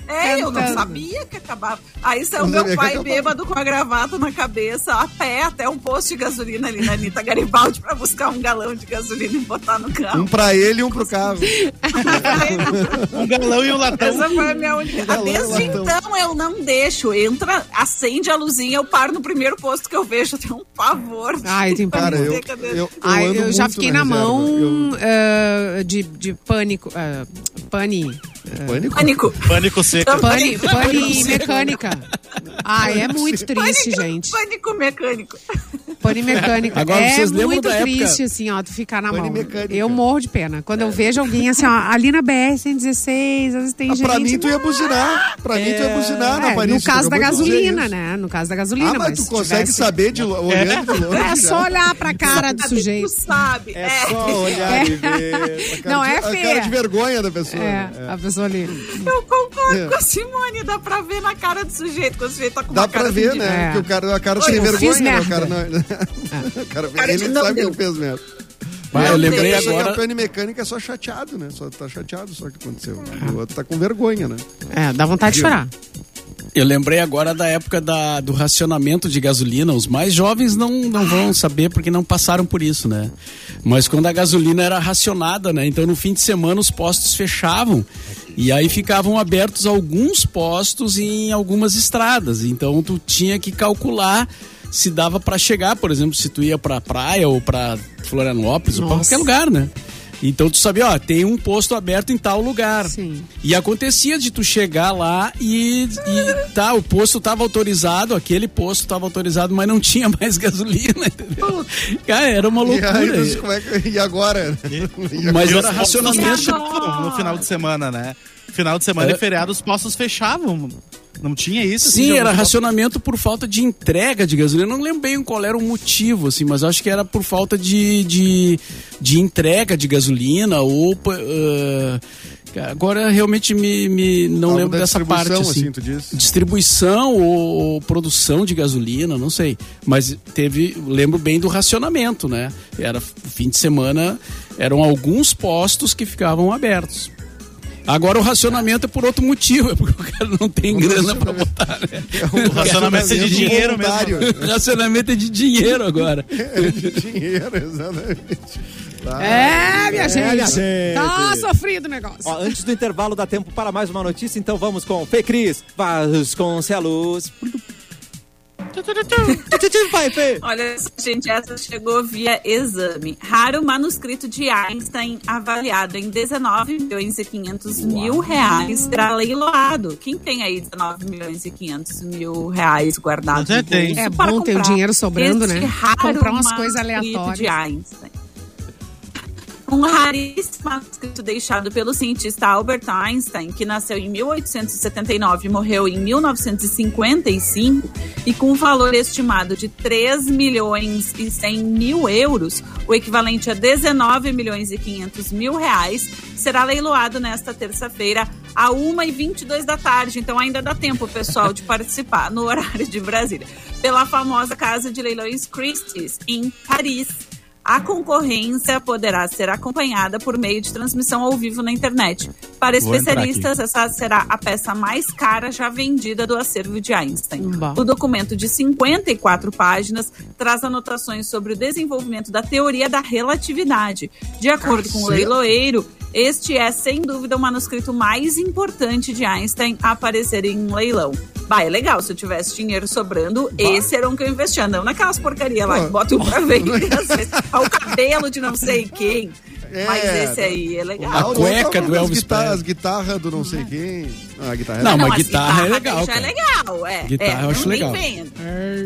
É, eu não Cantando. sabia que acabava. Aí saiu Não sabia meu que pai acabava. bêbado com a gravata na cabeça, a pé até um posto de gasolina ali na Anitta Garibaldi pra buscar um galão de gasolina e botar no Um carro. pra ele e um pro carro. Um galão e um latão. Essa foi a minha única. Galão, Desde latão. então eu não deixo. Entra, acende a luzinha, eu paro no primeiro posto que eu vejo. Eu tenho um pavor. de Ai, tem Cara, eu, seca eu, desse. eu Ai, ando eu já muito fiquei na, reserva. mão Eu- ah, de, de pânico. ah, pane. tipo, Pânico? Pânico. Pânico seco. Pane, pane mecânica. Ah, é muito triste, gente. Pânico mecânico. Pane mecânica. Agora, é vocês lembram muito da época- triste, assim, ó, tu ficar na Pane mão. mecânica. É. Eu morro de pena. Quando eu vejo alguém, assim, ó, ali na BR-116, às vezes tem Ah, gente... pra mim, tu ia buzinar. Pra mim, tu ia buzinar na É, Paris. no caso da acabou de dizer gasolina, isso. né? No caso da gasolina, Ah, mas mas tu se consegue tivesse- saber de lo- olhando de longe. É só né? olhar pra cara É do Sabe, sujeito. Tu Tá sabe. É só olhar e ver. A cara Não, de- é A cara feia. de vergonha da pessoa. né? É, a pessoa ali... Eu concordo É. com a Simone. Dá pra ver na cara do sujeito. Quando o sujeito tá com Dá uma pra cara ver, assim de- né? É. Que o cara, a cara Oi, sem eu vergonha, fiz né? O merda. É. cara não... O cara- Cara de ele não sabe que deu. ele fez merda. Mas eu Não lembrei deixa, Só que a agora. pane mecânica é só chateado, né? Só tá chateado só que aconteceu. E o outro tá com vergonha, né? É, dá vontade de chorar. Eu lembrei agora da época da, do racionamento de gasolina. Os mais jovens não, não vão saber porque não passaram por isso, né? Mas quando a gasolina era racionada, né? Então no fim de semana os postos fechavam e aí ficavam abertos alguns postos em algumas estradas. Então tu tinha que calcular se dava pra chegar, por exemplo, se tu ia pra praia ou pra Florianópolis ou pra Nossa. qualquer lugar, né? Então tu sabia, ó, tem um posto aberto em tal lugar. Sim. E acontecia de tu chegar lá e, e tá, o posto tava autorizado, aquele posto tava autorizado, mas não tinha mais gasolina, entendeu? Cara, era uma E, aí, loucura. mas como é que- e agora? Mas E era os postos racionamento. fechavam No final de semana, né? Final de semana É. e feriado, os postos fechavam. Não tinha isso? assim, Sim, de era alguns postos- racionamento por falta de entrega de gasolina. Eu não lembrei qual era o motivo, assim, mas acho que era por falta de, de, de entrega de gasolina ou. pa- ah, cara, agora realmente me, me não Algo lembro da dessa parte. distribuição, Assim. assim, tu diz? Distribuição ou, ou produção de gasolina, não sei. Mas teve. Lembro bem do racionamento, né? Era fim de semana, eram alguns postos que ficavam abertos. Agora o racionamento é por outro motivo, é porque o cara não tem grana pra botar, né? O racionamento é de dinheiro mesmo. voluntário. Racionamento é de dinheiro agora. É de dinheiro, exatamente. Tá. É, minha gente. gente. Tá sofrido o negócio. Ó, antes do intervalo, dá tempo para mais uma notícia, então vamos com Fê Cris Vasconcelos. Vai, Fê! Olha, só, gente, essa chegou via exame. Raro manuscrito de Einstein avaliado em 19 milhões e 500 mil reais será leiloado. Quem tem aí 19 milhões e 500 mil reais guardados? Até tem. É bom ter o dinheiro sobrando, né? Comprar umas coisas aleatórias. De Einstein. Um raríssimo manuscrito deixado pelo cientista Albert Einstein, que nasceu em 1879 e morreu em 1955, e com um valor estimado de 3 milhões e 100 mil euros, o equivalente a 19 milhões e 500 mil reais, será leiloado nesta terça-feira a 1h22 da tarde. Então ainda dá tempo, pessoal, de participar no horário de Brasília. Pela famosa casa de leilões Christie's, em Paris. A concorrência poderá ser acompanhada por meio de transmissão ao vivo na internet. Para Vou entrar especialistas, essa será a peça mais cara já vendida do acervo de Einstein. Bah. O documento de 54 páginas traz anotações sobre o desenvolvimento da teoria da relatividade. De acordo com o Caceta. leiloeiro, este é sem dúvida o manuscrito mais importante de Einstein a aparecer em um leilão. Bah, é legal, se eu tivesse dinheiro sobrando, esse era um que eu investia. Não naquelas porcaria lá, que bota um pra vender. às vezes. Ao cabelo de não sei quem. É. Mas esse aí é O legal. Mauro cueca tá do falando das Elvis guitarras- Presley. As guitarras do não sei quem. Ah, a guitarra Não, é mas as guitarra é guitarras legal, Já é cara. legal, é. Guitarra é, eu acho não legal. Nem vendo.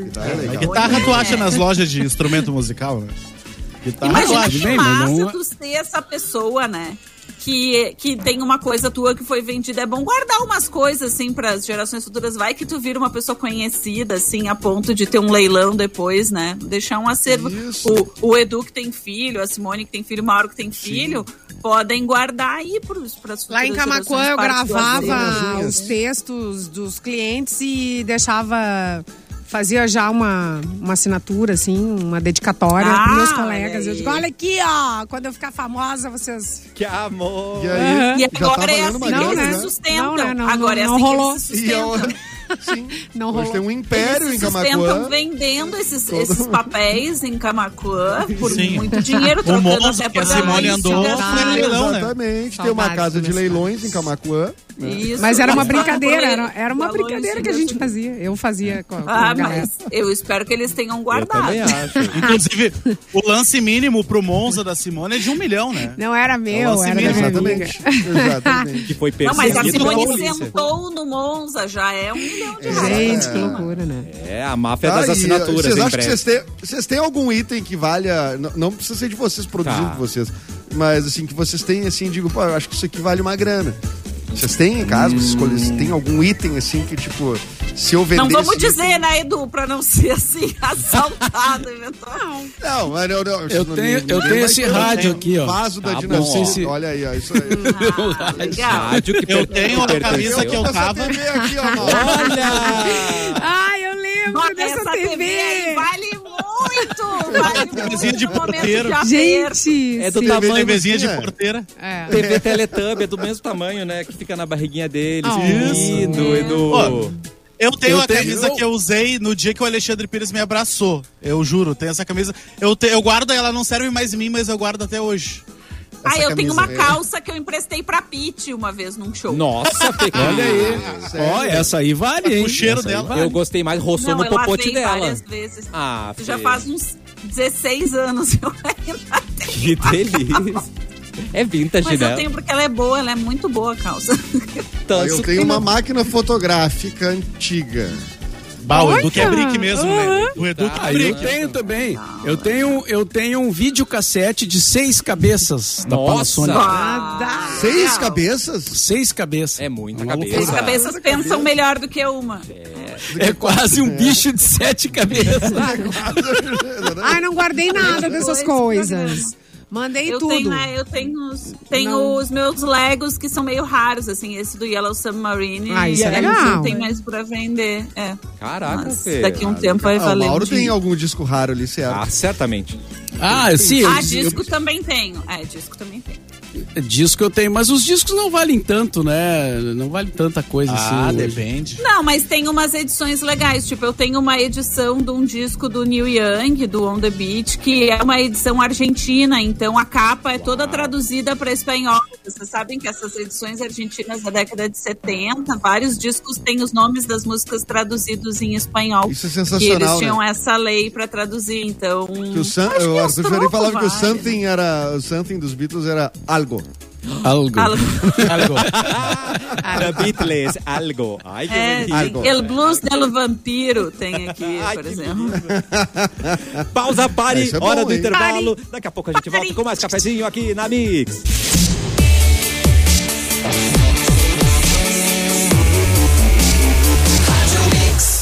guitarra é A legal. guitarra tu acha É. nas lojas de instrumento musical, né? Ah, Guitarra tu Imagina claro, acha. que bem, mas massa não é- tu ser essa pessoa, né? Que, que tem uma coisa tua que foi vendida. É bom guardar umas coisas, assim, para as gerações futuras. Vai que tu vira uma pessoa conhecida, assim, a ponto de ter um leilão depois, né? Deixar um acervo. Isso. O, o Edu que tem filho, a Simone que tem filho, o Mauro que tem filho, podem guardar aí para as futuras Lá em Camacuã eu gerações, parte do gravava acervo. os textos dos clientes e deixava. Fazia já uma, uma assinatura, assim, uma dedicatória Ah, para meus olha colegas. Eu aí. digo, olha aqui, ó, quando eu ficar famosa, vocês. Que amor! E aí, E já tá agora é assim valendo uma que Não, grana, né? eles né? se Não, sustentam. né? Não- agora é não assim rolou. que eles se E é sustentam. o- Sim. Não Hoje rolou. tem um império em Eles se sustentam Camacuã. vendendo esses, esses papéis em Camacuã por Sim. muito dinheiro, O trocando monstro até que a por Simone anúncio, andou gastar. foi leilão, né? Exatamente. Tem uma Saudades casa do de meu leilões em Camacuã. Isso. Mas era uma Mas falando brincadeira, por era, ele, era uma falou brincadeira isso que a gente tá- mesmo. fazia. Eu fazia com, com a Ah, galera. mas eu espero que eles tenham Eu guardado. também acho. Inclusive, o lance mínimo pro Monza da Simone é de um milhão, né? Não era meu, assim lance era da mesmo, minha amiga. Exatamente. Exatamente. Que foi Não, perseguido mas a pela Simone polícia. sentou no Monza, já é um milhão de reais. Gente, que loucura, né? É, a máfia das Tá, e, assinaturas, Vocês em acham que breve. vocês têm, vocês têm algum item que valha. Não, não precisa ser de vocês produzindo Tá. de vocês. Mas assim, que vocês têm, assim, digo, pô, eu acho que isso aqui vale uma grana. Vocês têm em casa, vocês escolhem, se tem algum item assim que, tipo, se eu vender. Não vamos esse dizer, né, Edu, pra não ser assim, assaltado né? Ah, eventualmente. item- Não, mas não, não, isso não- tenho- eu ninguém tenho vai esse ter. rádio aqui, ó. Vaso da Tá dinastia. bom, ó. Olha aí, ó, isso aí. Ah, legal. Rádio que Eu per- tenho que a camisa pertenceu. que eu Essa tava. TV aqui, ó, Mauro. Olha! Ai, eu lembro Nossa, dessa essa TV. TV, aí vale muito! Vale muito de no momento porteiro. de aperto. Gente, É do sim. tamanho do TVzinha de Sim, é. porteira. É. TV Teletubb, é do mesmo tamanho, né? Que fica na barriguinha deles. Ah, Oh. Lindo, Edu. Ó, Eu tenho Eu a tenho- camisa que eu usei no dia que o Alexandre Pires me abraçou. Eu juro, tenho essa camisa. Eu, te- eu guardo, ela não serve mais em mim, mas eu guardo até hoje. Ah, Essa eu tenho camisa. uma calça que eu emprestei pra Pete uma vez num show. Nossa, Pequim. Olha aí. Ó, essa aí vale, hein? O cheiro Essa aí dela. vale. Eu gostei mais, roçou Não, no eu popote lavei dela. várias vezes. Ah, Isso já Fê, faz uns 16 anos eu ainda tenho. Que delícia. É vintage, Mas né? eu tenho porque ela é boa, ela é muito boa a calça. Então, eu isso- tenho uma máquina fotográfica antiga. Bah, o Edu Olha! que é brick mesmo, né? O Edu que é Ah, eu brick. tenho também. Eu tenho, eu tenho um videocassete de seis cabeças da Nossa! Panasonic. Nada. Seis cabeças? Seis cabeças. É muita Uma loucura. As cabeça. cabeças pensam melhor do que uma. É quase um bicho de sete cabeças. é Ai, não guardei nada dessas Dois coisas. Mandei Eu tudo. tenho, é, eu tenho, os, tenho Não. os meus Legos que são meio raros, assim, esse do Yellow Submarine. Ah, isso é Eles legal. Não tem mais pra vender. É. Caraca, Mas Fê. daqui a um tempo vai Ah, o valer. um Mauro tem dinheiro. algum disco raro ali, certo? Ah, certamente. Ah, sim. Ah, eu- disco também tenho. É, disco também tenho. eu- disco eu tenho, mas os discos não valem tanto, né? Não vale tanta coisa Ah, assim. depende. Não, mas tem umas edições legais. Tipo, eu tenho uma edição de um disco do Neil Young, do On the Beach, que é uma edição argentina. Então a capa é toda traduzida para espanhol. Vocês sabem que essas edições argentinas da década de 70, vários discos têm os nomes das músicas traduzidos em espanhol. Isso é Que eles sensacional, né? tinham essa lei para traduzir. Então. Que o Sam, acho que o uns Arthur Fiorani trocos falava que o vale. something, era, o something dos Beatles era algo. Algo. Algo. Algo. The Beatles, algo. Ai, que É, delícia. tem El Blues del Vampiro tem aqui, Ai, por que exemplo. Pausa, pare, Isso é bom, hora do hein? intervalo. Daqui a pouco a gente volta com mais cafezinho aqui na Mix.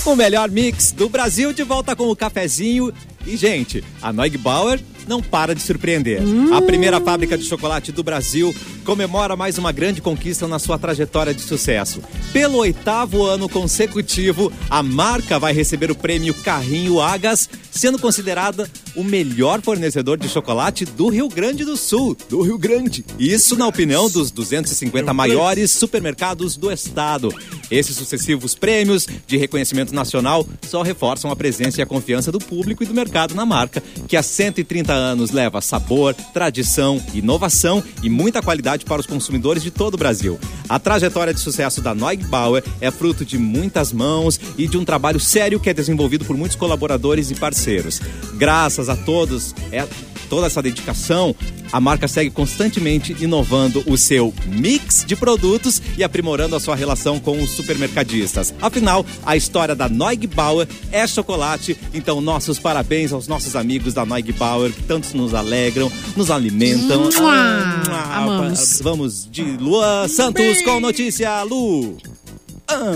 O melhor mix do Brasil de volta com o cafezinho. E, gente, a Noig Bauer não para de surpreender. A primeira fábrica de chocolate do Brasil comemora mais uma grande conquista na sua trajetória de sucesso. Pelo oitavo ano consecutivo, a marca vai receber o prêmio Carrinho Agas, sendo considerada o melhor fornecedor de chocolate do Rio Grande do Sul. Do Rio Grande. É um Isso na opinião dos 250 maiores supermercados do estado. Esses sucessivos prêmios de reconhecimento nacional só reforçam a presença e a confiança do público e do mercado na marca, que há 130 anos leva sabor, tradição, inovação e muita qualidade para os consumidores de todo o Brasil. A trajetória de sucesso da Noig Bauer é fruto de muitas mãos e de um trabalho sério que é desenvolvido por muitos colaboradores e parceiros. Graças a todos, é toda essa dedicação, a marca segue constantemente inovando o seu mix de produtos e aprimorando a sua relação com os supermercadistas. Afinal, a história da Noig Bauer é chocolate, então nossos parabéns aos nossos amigos da Noig Bauer, que tantos nos alegram, nos alimentam. Mua! mua. Amamos. Vamos de Luan Santos com notícia, Lu.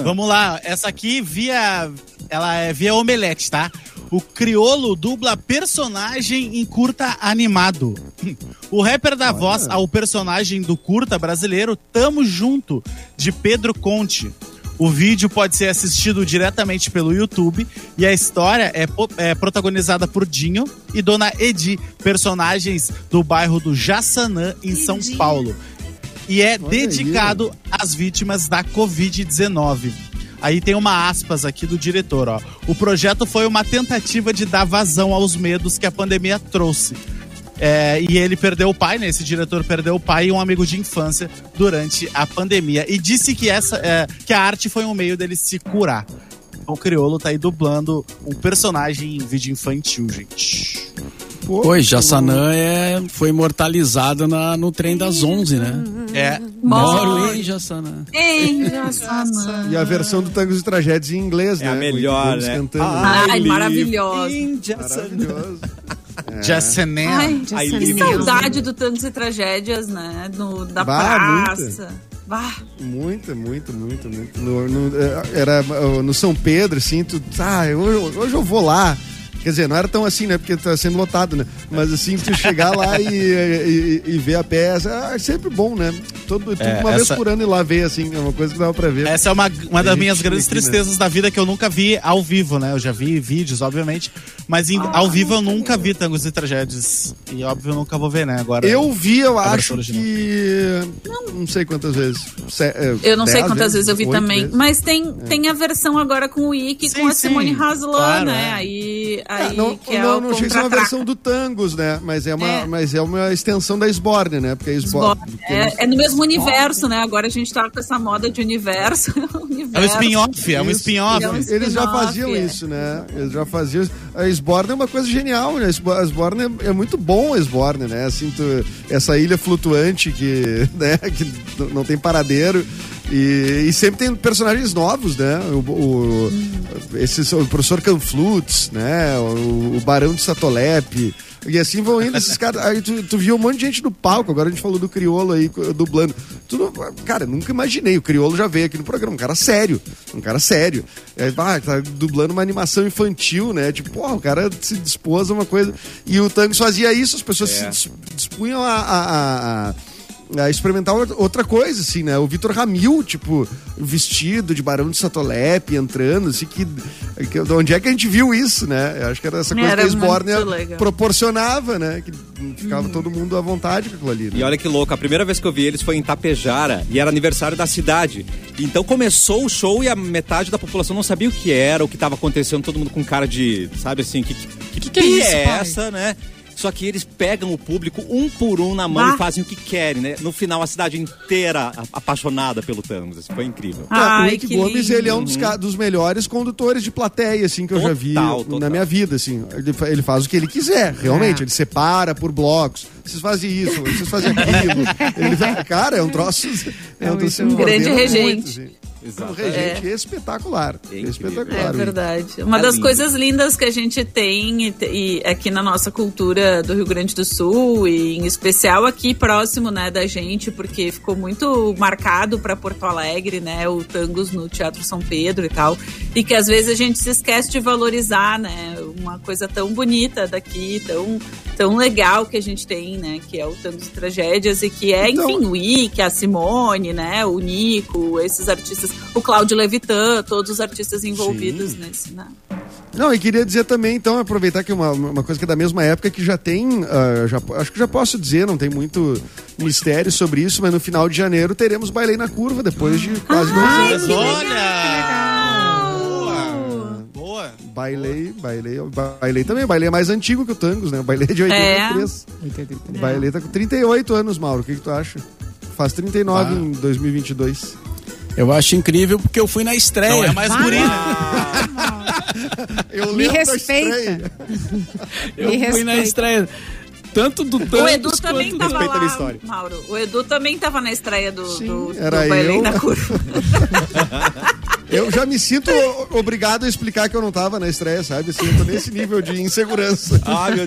Vamos lá, essa aqui via. Ela é via omelete, tá? O criolo dubla personagem em curta animado. O rapper dá voz ao personagem do curta brasileiro Tamo Junto, de Pedro Conte. O vídeo pode ser assistido diretamente pelo YouTube e a história é, po- é protagonizada por Dinho e Dona Edi, personagens do bairro do Jaçanã, em São Edi. Paulo e é Olha dedicado às vítimas da Covid-19. Aí tem uma aspas aqui do diretor, ó. O projeto foi uma tentativa de dar vazão aos medos que a pandemia trouxe. É, e ele perdeu o pai, né? Esse diretor perdeu o pai e um amigo de infância durante a pandemia. E disse que, essa, é, que a arte foi um meio dele se curar. Então, o Criolo tá aí dublando um personagem em vídeo infantil, gente. Pô, Pois, Jassanã é, foi imortalizada na- no trem das 11, né? É. Moro em Jassanã. Ei, E a versão do Tangos e Tragédias em inglês, É né? a Com melhor, eles né? cantando. Ai, maravilhosa. Maravilhoso. Jacené. Ai, Ai, Que Lili. saudade do Tantos e Tragédias, né? No, da Bah, praça. Bah. Muito, muito, muito, muito. No, no- era uh, no São Pedro, assim, tu, ah, hoje, hoje eu vou lá. Quer dizer, não era tão assim, né? Porque tá sendo lotado, né? Mas assim, tu chegar lá e, e, e ver a peça, ah, é sempre bom, né? Todo, tu É, uma essa- vez por ano ir lá ver, assim, é uma coisa que dava pra ver. Essa é uma, uma Tem das gente minhas grandes aqui, né? tristezas da vida que eu nunca vi ao vivo, né? Eu já vi vídeos, obviamente, mas em- ao vivo eu nunca vi Tangos e Tragédias. E óbvio eu nunca vou ver, né? Agora. Eu vi, eu Agora acho sou original. que. Não. sei quantas vezes. Se- é, Eu não sei dez quantas vezes eu vi oito também. vezes. É. Mas tem, tem a versão agora com o Ike e Sim, com a sim, Simone Haslan, claro, né? é. Aí, aí, Ah, não, que é não, o não sei se é uma contra-ataque. versão do Tangos, né? Mas é uma, É. Mas é uma extensão da Sborne, né? Porque a Sborne. Bom, É, é no mesmo universo, né? Agora a gente tá com essa moda de universo. É um universo. spin-off, é um Isso. spin-off. É um spin-off. Eles já faziam é. isso, né? Eles já faziam isso. A Sborne é uma coisa genial, né? A Sborne é, é muito bom, a Sborne, né? Assim, tu- essa ilha flutuante que, né? que n- não tem paradeiro. E, e sempre tem personagens novos, né? O, o, esses- o professor Canflutz, né? O, o Barão de Satolep. E assim vão indo esses caras. Aí tu, tu viu um monte de gente no palco, agora a gente falou do Criolo aí co- dublando. Tu não- cara, eu nunca imaginei. O Criolo já veio aqui no programa, um cara sério. Um cara sério. É, ah, tá dublando uma animação infantil, né? Tipo, porra, o cara se dispôs a uma coisa. E o Tango fazia isso, as pessoas se dis- dispunham a- a- a- a a experimentar outra coisa, assim, né? O Vitor Ramil, tipo, vestido de Barão de Satolep, entrando, assim, que, que- de onde é que a gente viu isso, né? Eu acho que era essa coisa Era que a Sborne muito legal. proporcionava, né? Que ficava todo mundo à vontade com aquilo ali, né? E olha que louco, a primeira vez que eu vi eles foi em Tapejara e era aniversário da cidade. Então começou o show e a metade da população não sabia o que era, o que estava acontecendo, todo mundo com cara de, sabe assim, que que, que, que é pia isso, é pai? essa, né? Só que eles pegam o público um por um na mão Ah. e fazem o que querem, né? No final, a cidade inteira a- apaixonada pelo tango. Assim, foi incrível. Cara, o Ai, Rick que Gomes, lindo. ele é um dos, ca- dos melhores condutores de plateia, assim, que eu já vi Total, total. na minha vida, assim. Ele, fa- ele faz o que ele quiser, realmente. Ele separa por blocos. Vocês fazem isso, vocês fazem aquilo. ele, vai- cara, é um troço... É um muito troço bom. que Grande modela regente. assim. Um Exato. regente espetacular. Tá. É incrível. espetacular. É verdade. Uma É das lindo. coisas lindas que a gente tem e, te- e aqui na nossa cultura do Rio Grande do Sul, e em especial aqui próximo né, da gente, porque ficou muito marcado para Porto Alegre, né? O Tangos no Teatro São Pedro e tal. E que às vezes a gente se esquece de valorizar, né? Uma coisa tão bonita daqui, tão, tão legal que a gente tem, né? Que é o Tangos e Tragédias e que é, Então- enfim, o Ike, a Simone, né? O Nico, esses artistas, o Cláudio Levitan, todos os artistas envolvidos nesse, né? Não, e queria dizer também, então, aproveitar que uma, uma coisa que é da mesma época que já tem. ah, já, po- acho que já posso dizer, não tem muito mistério sobre isso, mas no final de janeiro teremos Bailei na Curva, depois de quase dois anos. né? Mas olha! Boa! Boa! Bailei, bailei, bailei também. Bailei é mais antigo que o Tangos, né? Bailei é de 83. É. Bailei tá com 38 anos, Mauro. O que, que tu acha? Faz 39 Ah. em 2022. Eu acho incrível porque eu fui na estreia. Não é mais Vai. guri, né? Eu Me lembro da respeita. estreia. eu Me fui na respeita. estreia. Tanto do tanto O Edu também quanto tava respeita a minha lá, história. Mauro. O Edu também tava na estreia do, Sim, do, do era Bailei eu. da Curva. Eu já me sinto o- obrigado a explicar que eu não tava na estreia, sabe? Assim, eu tô nesse nível de insegurança. Ah, meu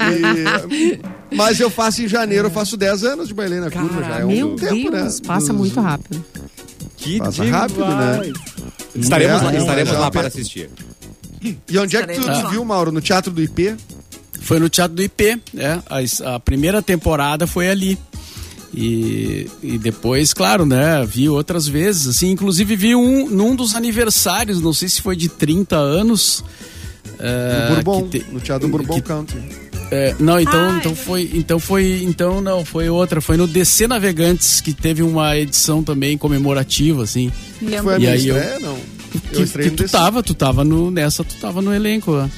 E- Mas eu faço em janeiro, eu faço 10 anos de Bailei na Curva já. É um Ah, meu tempo, né? Deus, passa Dos- Então, muito rápido. Que Passa rápido, né? demais. Estaremos, lá, É, estaremos é, lá é. para assistir. E onde é que tu, Estaremos tu lá. viu, Mauro? No Teatro do IP? Foi no Teatro do IP, né? A, es- a primeira temporada foi ali. E, e depois, claro, né? Vi outras vezes, assim, inclusive vi um num dos aniversários, não sei se foi de 30 anos. No eh, Bourbon. que te- No Teatro do Bourbon que- Country. é, não, então, Ah, então é foi, então foi, então não, foi outra, foi no DC Navegantes que teve uma edição também comemorativa assim. Foi a E minha aí eu- estreia, não? Que, que tu tá desse- tava, tu tava no, nessa, tu tava no elenco lá.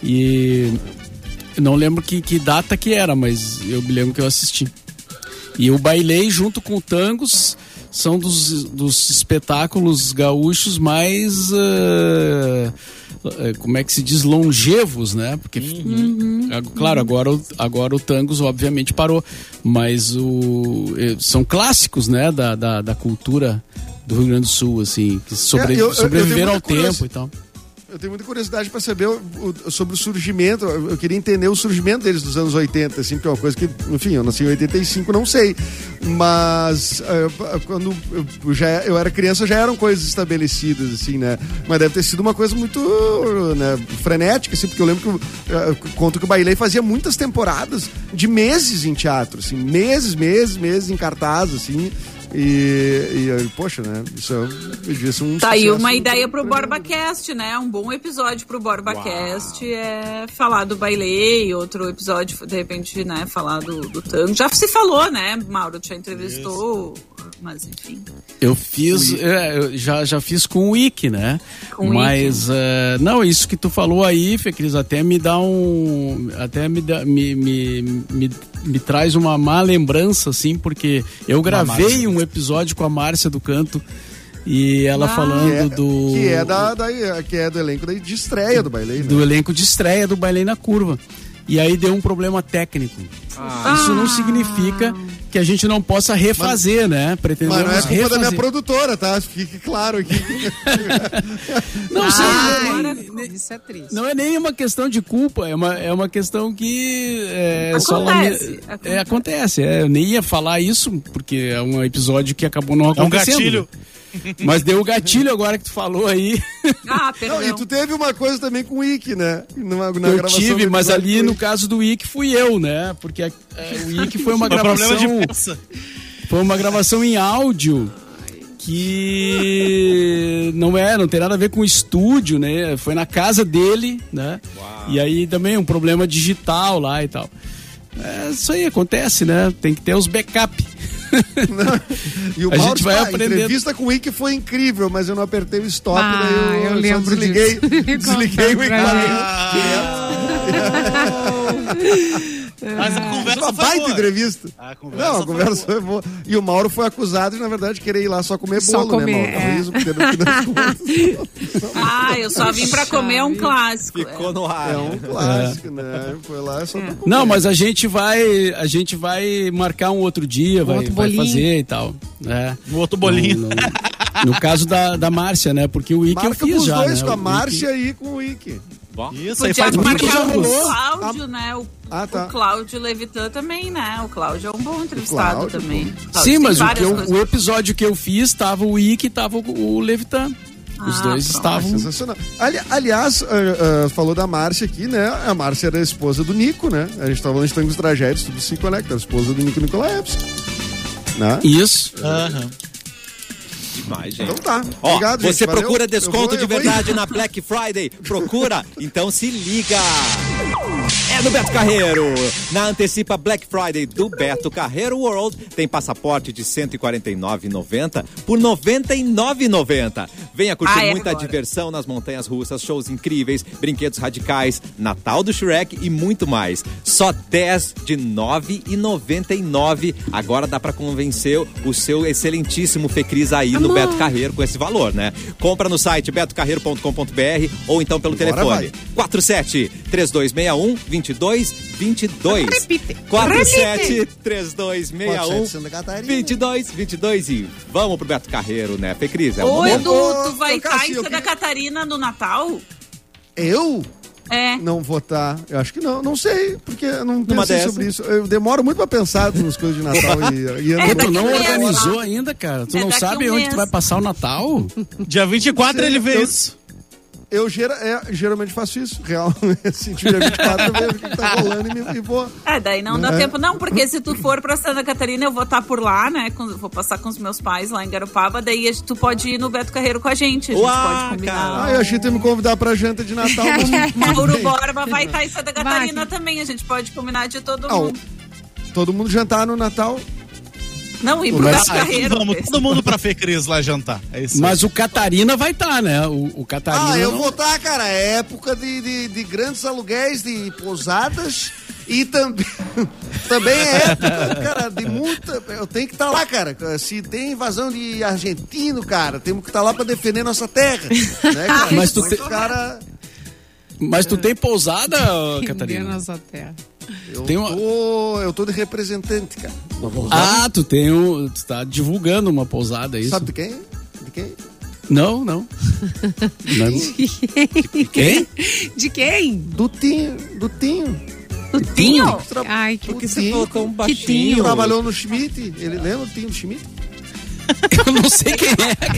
E eu não lembro que, que data que era, mas eu me lembro que eu assisti. E o Bailei junto com o Tangos são dos, dos espetáculos gaúchos mais ah, eh, como é que se diz longevos, né? Porque Uhum. Ag- claro, agora o, agora o Tangos obviamente parou, mas o eh, são clássicos, né, da, da, da cultura do Rio Grande do Sul, assim, que sobre, É, eu- eu- eu tenho sobreviveram muita ao tempo curiosi- e tal. Eu tenho muita curiosidade para saber o- o- sobre o surgimento. Eu eu queria entender o surgimento deles dos anos 80, assim, porque é uma coisa que, enfim, eu nasci em 85, não sei. Mas eh, quando eu, já, eu era criança já eram coisas estabelecidas, assim, né? Mas deve ter sido uma coisa muito né, frenética, assim, porque eu lembro que eu, eh, conto que o Bailey fazia muitas temporadas de meses em teatro, assim, meses, meses, meses em cartaz, assim. E, e, poxa, né? Isso é, devia ser um Tá aí sucesso uma ideia pro tremendo. BorbaCast, né? Um bom episódio pro BorbaCast é falar do Bailei, outro episódio, de repente, né, falar do, do tango. Já se falou, né, Mauro? Tu já entrevistou mas enfim. Eu fiz, é, eu já, já fiz com o Wiki, né? Com o Mas, é, não, isso que tu falou aí, Fê Cris, até me dá um. Até me, dá, me, me, me, me traz uma má lembrança, assim, porque eu gravei um episódio com a Márcia do Canto e ela falando Que é, do. que é da, da- que é do elenco da- de estreia do né? baile. do elenco de estreia do Bailei na Curva. E aí deu um problema técnico. Isso não significa que a gente não possa refazer, né? Pretendemos Mas não é culpa refazer. da minha produtora, tá? Fique claro aqui. Ah, Não, sim, tá. Ai, não- Ah, isso é triste. Não é nem uma questão de culpa, é uma, é uma questão que. É, Acontece, só lame- acontece. É, acontece. é, eu nem ia falar isso, porque é um episódio que acabou não É um acontecendo. gatilho. Mas deu o gatilho agora que tu falou aí. Ah, Não, perdão. e tu tá- teve uma coisa também com o Ike, né? Na, na eu gravação tive, do mas episódio ali com o no Ike. caso do Ick fui eu, né? Porque a- é, o Ick foi uma gravação. problema é de peça. Foi uma gravação em áudio que não é, não tem nada a ver com o estúdio, né? Foi na casa dele, né? E aí também um problema digital lá e tal. É, isso aí acontece, né? Tem que ter os backup. E o A gente Mauro, vai ah, aprender- A entrevista com o Ike foi incrível, mas eu não apertei o stop, Ah, daí eu, eu só lembro desliguei, disso. desliguei o Conta pra equipamento. Ah, Mas a conversa Uma foi baita boa. entrevista. A conversa Não, a foi conversa foi boa. E o Mauro foi acusado de, na verdade, querer ir lá só comer Só bolo, comer, né, Mauro? é. Talvez, porque no fim das contas Ah, eu só vim pra comer um clássico. Ficou no ar. é um clássico, né? Foi lá e só É. pra comer. Não, mas a gente vai, a gente vai marcar um outro dia, vai, outro vai bolinho. fazer e tal. né? No outro bolinho. No, no- no caso da, da Márcia, né? Porque o Ick eu Marca fiz com os já, dois, né? com a O Ick- Márcia e com o Ike. Ah, Isso aí Podia faz muito marcar já o rolou. Cláudio, né? O, Ah, tá. o Cláudio Levitan também, né? O Cláudio é um bom entrevistado Cláudio, também. Cláudio Sim, tem mas o, que várias eu- coisas. o episódio que eu fiz tava o Ick e tava o, o Levitan. Os Ah, dois pronto. estavam. Sensacional. Ali- aliás, ah, ah, falou da Márcia aqui, né? A Márcia era a esposa do Nico, né? A gente tava falando de Tangos Tragédias, tudo se conecta. A esposa do Nico Nicolaevski. Né? Isso. Aham. Demais, gente. Então tá. Ó, Obrigado, gente. você Valeu. procura desconto Eu vou- de eu vou ir. verdade na Black Friday? Procura, então se liga. É do Beto Carreiro. Na antecipa Black Friday do Beto Carreiro World, tem passaporte de R$ 149,90 por R$ 99,90. Venha curtir Ah, é muita agora. diversão nas montanhas russas, shows incríveis, brinquedos radicais, Natal do Shrek e muito mais. Só 10 de R$ 9,99. Agora dá pra convencer o seu excelentíssimo Fecris aí no Beto Carreiro com esse valor, né? Compra no site betocarreiro.com.br ou então pelo Agora telefone 47 3261 2222. Repite. 47 3261 400 da Catarina. 22 22 e vamos pro Beto Carreiro, né? Fecris, é o Ô, momento. Edu, Ô, tu vai estar ô, em Cássio, eu Santa queria- Catarina no Natal? Eu? É. Não votar. Eu acho que não. Não sei, porque eu não Numa pensei dessas. sobre isso. Eu demoro muito pra pensar nas coisas de Natal e, e ano É, tu novo. daqui não um mês, organizou ainda, cara? Tu É não daqui sabe um onde mês. tu vai passar o Natal? Dia 24 ele vê isso. Eu gera- é, geralmente faço isso. Real. Assim, dia 24 eu vejo o que que tá rolando e, me, e vou. É, daí não dá É. tempo. Não, porque se tu for pra Santa Catarina, eu vou estar por lá, né? com- vou passar com os meus pais lá em Garopaba. Daí a gente- tu pode ir no Beto Carreiro com a gente. A gente Uá, pode combinar. Ah, eu achei que tu ia me convidar pra janta de Natal. mas não- Mauro Borba vai estar em Santa Vai. Catarina também. A gente pode combinar de todo Ah, o- mundo. Todo mundo jantar no Natal. Não, e pro Mas- Beto Carreiro. Ah, então Vamos Fê. todo mundo pra Fê Cris lá jantar. É isso. Mas o Catarina vai estar, né? O, o Catarina. Ah, eu não- vou estar, cara. É época de, de, de grandes aluguéis de pousadas e também, também é época, cara, de muita. Eu tenho que estar lá, cara. Se tem invasão de argentino, cara, temos que estar lá pra defender nossa terra. Né, cara? Mas tu Então, te- cara, Mas tu tem pousada, Catarina? Nossa terra. Eu, Tem uma- tô, eu tô de representante, cara. Uma pousada. Ah, tu tem um. Tu tá divulgando uma pousada, é isso? Sabe de quem? De quem? Não, não. não. é Quem? De quem? Do Tinho. Do Tinho. Tinho? Tra- Ai, que do que você Tinho. falou tão Tinho baixinho? Trabalhou no Schmidt. Ele lembra o Tinho do Schmidt? Eu não sei quem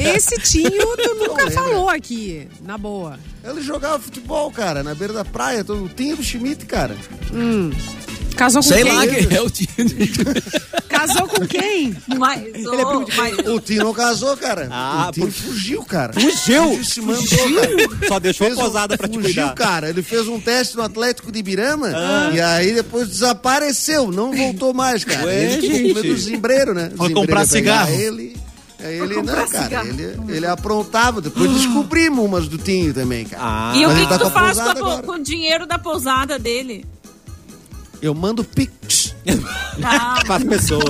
é. Esse Tinho tu nunca lembro. falou aqui, na boa. Ele jogava futebol, cara, na beira da praia. Todo... O Tinho do Schmidt, cara. Casou com Sei quem? lá quem é o Tino. Casou Casou com quem? Mas, é ô, mas- O Tino casou, cara. Ah, o Tino por- fugiu, cara. Fugiu? se mandou, cara. Só deixou Fez um- posada pra te fugiu, cuidar. Ah. cara. Ele fez um teste no Atlético de Ibirama e aí depois desapareceu, não voltou mais, cara. Ué, ele ficou com medo gente. do zimbreiro, né? Foi Zimbreiro comprar ia pegar cigarro. Ele, aí ele, comprar não, cara, cigarro. ele, ele aprontava. Depois descobrimos umas do Tinho também, cara. Ah. E o Mas que, ele tá que tu com a faz com, a pousada po- agora. com o dinheiro da pousada dele? Eu mando pix. Ah, Faz pessoa.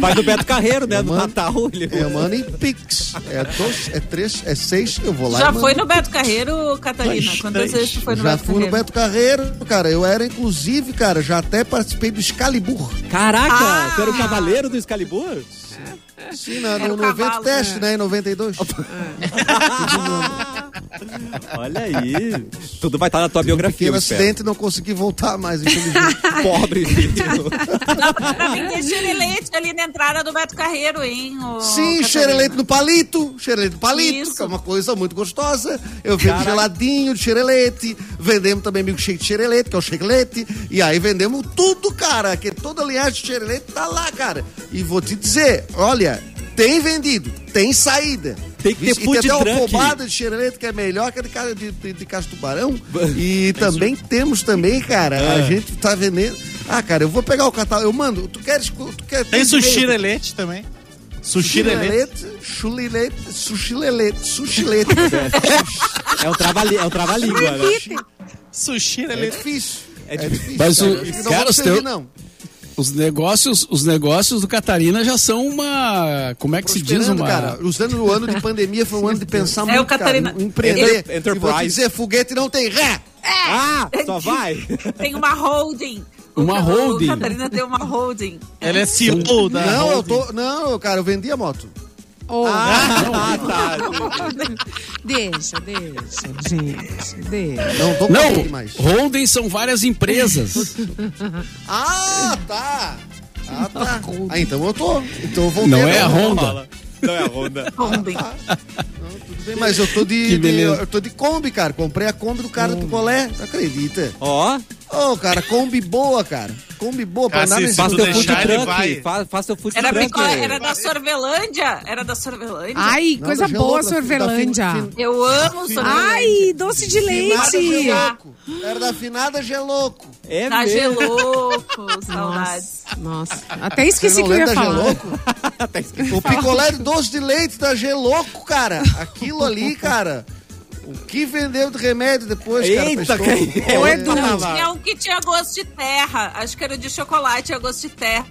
Vai do Beto Carreiro, né? No mando- Natal. ele- Eu mando em pix. É dois, é três, é seis que eu vou lá. e já mando. foi no Beto Carreiro, Catarina? Dois, Quantas três. vezes tu foi no Já Beto fui Carreiro? no Beto Carreiro, cara. Eu era, inclusive, cara, já até participei do Excalibur. Caraca, Ah! tu era o cavaleiro do Excalibur? Sim, na, Era no, o no evento cavalo, teste, né? né? Em 92. Olha aí. Tudo vai estar na tua biografia, um Pequeno eu espero. acidente e não consegui voltar mais, infelizmente. Pobre filho. Dá pra mim ter xerelete ali na entrada do Beto Carreiro, hein? ô, Sim, Catarina? xereleito no palito, xereleito no palito, Isso. que é uma coisa muito gostosa. Eu vendo Caraca. geladinho de xerelete, vendemos também milkshake de xerelete, que é o xerelete, e aí vendemos tudo, cara, que toda a linhagem de xerelete tá lá, cara. E vou te dizer, olha, tem vendido, tem saída. Tem que ter Vixe, e food tem até uma truck. pomada de xerelete que é melhor que a de, ca- de, de, de cacho tubarão. É E também temos também, cara, a gente tá vendendo... Ah, cara, eu vou pegar o catálogo, eu mando, tu queres... co- Tu quer, Tem e-mail? sushirelete também. Sushirelete. Chulilete, chulilete, sushilelete, sushilete. É o trava-li- é o trava-língua, né? É Sushirelete. difícil. É É difícil. difícil. Mas cara. o- Eu acho que cara, não vou os servir, teu- não. Os negócios, os negócios do Catarina já são uma. Como é que se diz? Prosperando, Uma. cara. Os anos, o ano de pandemia foi um ano de pensar muito, É o Catarina- cara. Um Empreender. Enter- E vou te Enterprise. dizer, foguete não tem ré. Ah, só vai. Tem uma holding. O Uma Ca- holding? O Catarina tem uma holding. Ela é CEO Tá da. Não, eu holding. tô... Não, cara, eu vendi a moto. Ô, Ah, tá. Deixa, deixa, gente, deixa. Não tô com Não, ele mais. holding são várias empresas. Ah, tá. Ah, tá. Ah, então eu tô. Então eu voltei. Não é agora. a Honda. Fala. Não é a Honda. Holding. Ah, Tudo bem, Mas eu tô de, Que de- beleza. Eu tô de Kombi, cara. Comprei a Kombi do cara do Colé. Tu acredita? Ó, Ô, cara, Kombi boa, cara. Kombi boa pra andar Cara, se- nesse se faz tu teu food deixar, ele truck. vai. Faz, faz teu food Era, truck. picolé- era da Sorvelândia? Era da Sorvelândia? Ai, Não, coisa do boa, Gelouco, da- da sorvelândia. Fin- Eu amo Sorvelândia. Ai, doce de Finada leite. Geloco. é Era da finada Geloco. É Tá mesmo. gelouco, saudades. Nossa, nossa. Até Você esqueci não que eu lembra ia da falar. Geloco? É. o picolé de doce de leite da Geloco, cara. Aquilo ali, cara. O que vendeu de remédio depois, cara? Eita, pra que- estômago? é o Olha, Edu. Tinha um que tinha gosto de terra. Acho que era o de chocolate, tinha gosto de terra.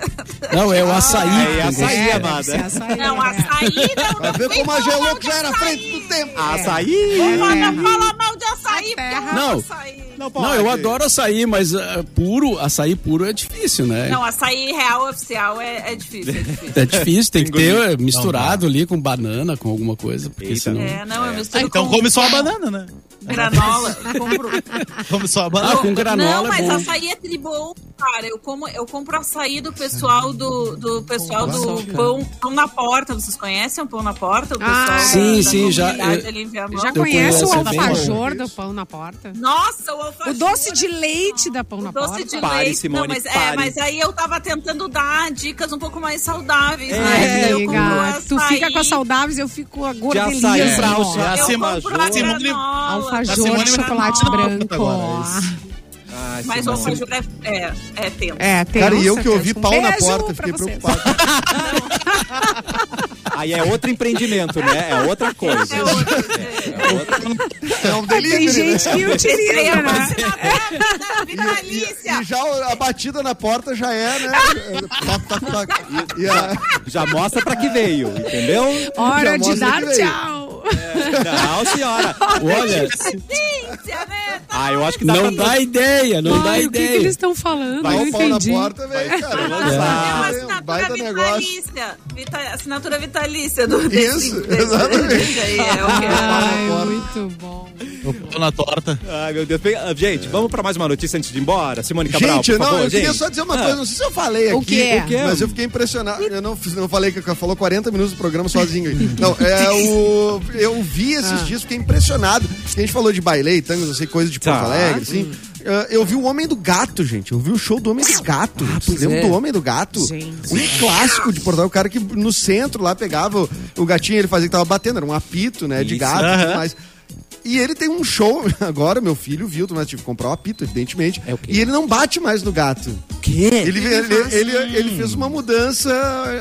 Não, é o açaí. Aí, tem gosto. açaí, É, deve amada. ser açaí, Não, é. açaí não. não Pra ver vem como a falar Geloco de já era à açaí. frente do tempo. Ah, Ah, Açaí? Pô, não fala mal de açaí, porque eu amo Não. açaí. Não, Não, eu adoro açaí, mas ah, puro, açaí puro é difícil, né? Não, açaí real oficial é, é difícil, é difícil. É difícil, tem que ter eh, misturado ali com banana, com alguma coisa, porque Eita. senão... É, não, Ah, eu misturo então com come só a banana, né? granola. compro- Come só a Ah, banana. com granola Não, mas é bom. açaí é tribom, cara. Eu, como, eu compro açaí do pessoal do, do pessoal do pão, Pão na porta. Vocês conhecem o pão na porta? O pessoal Ah, da- sim, da sim, já- comunidade eu- ali em Viamão. Já Eu conhece o conheço, é bem alfajor do pão na porta? Nossa, o alfajor. O doce de leite da pão na Doce porta? de Pare, leite. Simone, não, mas, pare. É, mas aí eu tava tentando dar dicas um pouco mais saudáveis. É, né? Ai, Daí eu amiga, compro tu fica com açaí, as saudáveis, eu fico com a açaí, gordelinha. assim, pra ó. alça- Tá Ah, Eu Simone- compro a Simone- granola, tá a Alfajor Simone de chocolate granola. branco. Agora, Ai, Mas o Simone. alfajor é, é, é tempo. É, tem Cara, e eu nossa, que ouvi um pau na beijo porta, pra fiquei vocês. preocupado. Aí é outro empreendimento, né? É outra coisa. É outro. É um Tem delírio, né? gente que utiliza, né? é Vitalícia! E já a batida na porta já é, né? Toc, toc, toc. E, e a... Já mostra pra que veio, entendeu? Hora Já de mostra dar que veio. tchau. Não, senhora. Olha, Tá Vitalícia, né? Ah, eu acho que dá pra não dá ideia, não dá Ai, o que, que eles ideia. estão falando? Dá Eu o não pau na entendi. É porta, velho, cara. lançar. Tem um é assinatura baita negócio. vitalícia. Vita- assinatura vitalícia do Isso, desse- exatamente. aí, é o que é. Ai, porta. muito bom. Tô na torta. Ai, meu Deus. Bem, ah, Gente, vamos pra mais uma notícia antes de ir embora? Simone Cabral, Gente, por não, favor, eu queria gente. só dizer uma Ah. coisa, não sei se eu falei O aqui. que é? O que é? Mas eu fiquei impressionado. Eu não, fiz- não falei que eu falou 40 minutos do programa sozinho. aí. Não, é o. Ah. Eu vi esses dias, fiquei impressionado. A gente falou de bailei, tango, não sei, coisa de Porto Tá. Alegre, assim. ah, eu vi o Homem do Gato, gente. Eu vi o show do Homem do Gato. Vocês lembram do Homem do Gato? Ah, é. Gente. Um clássico de Portugal. O cara que no centro lá pegava o, o gatinho, ele fazia que tava batendo. Era um apito, né? De Isso. gato e Aham. tudo mais. E ele tem um show agora, meu filho viu, mas tive que comprar o apito, evidentemente. É o quê? E ele não bate mais no gato. quê? Ele, ele, ele, ele fez uma mudança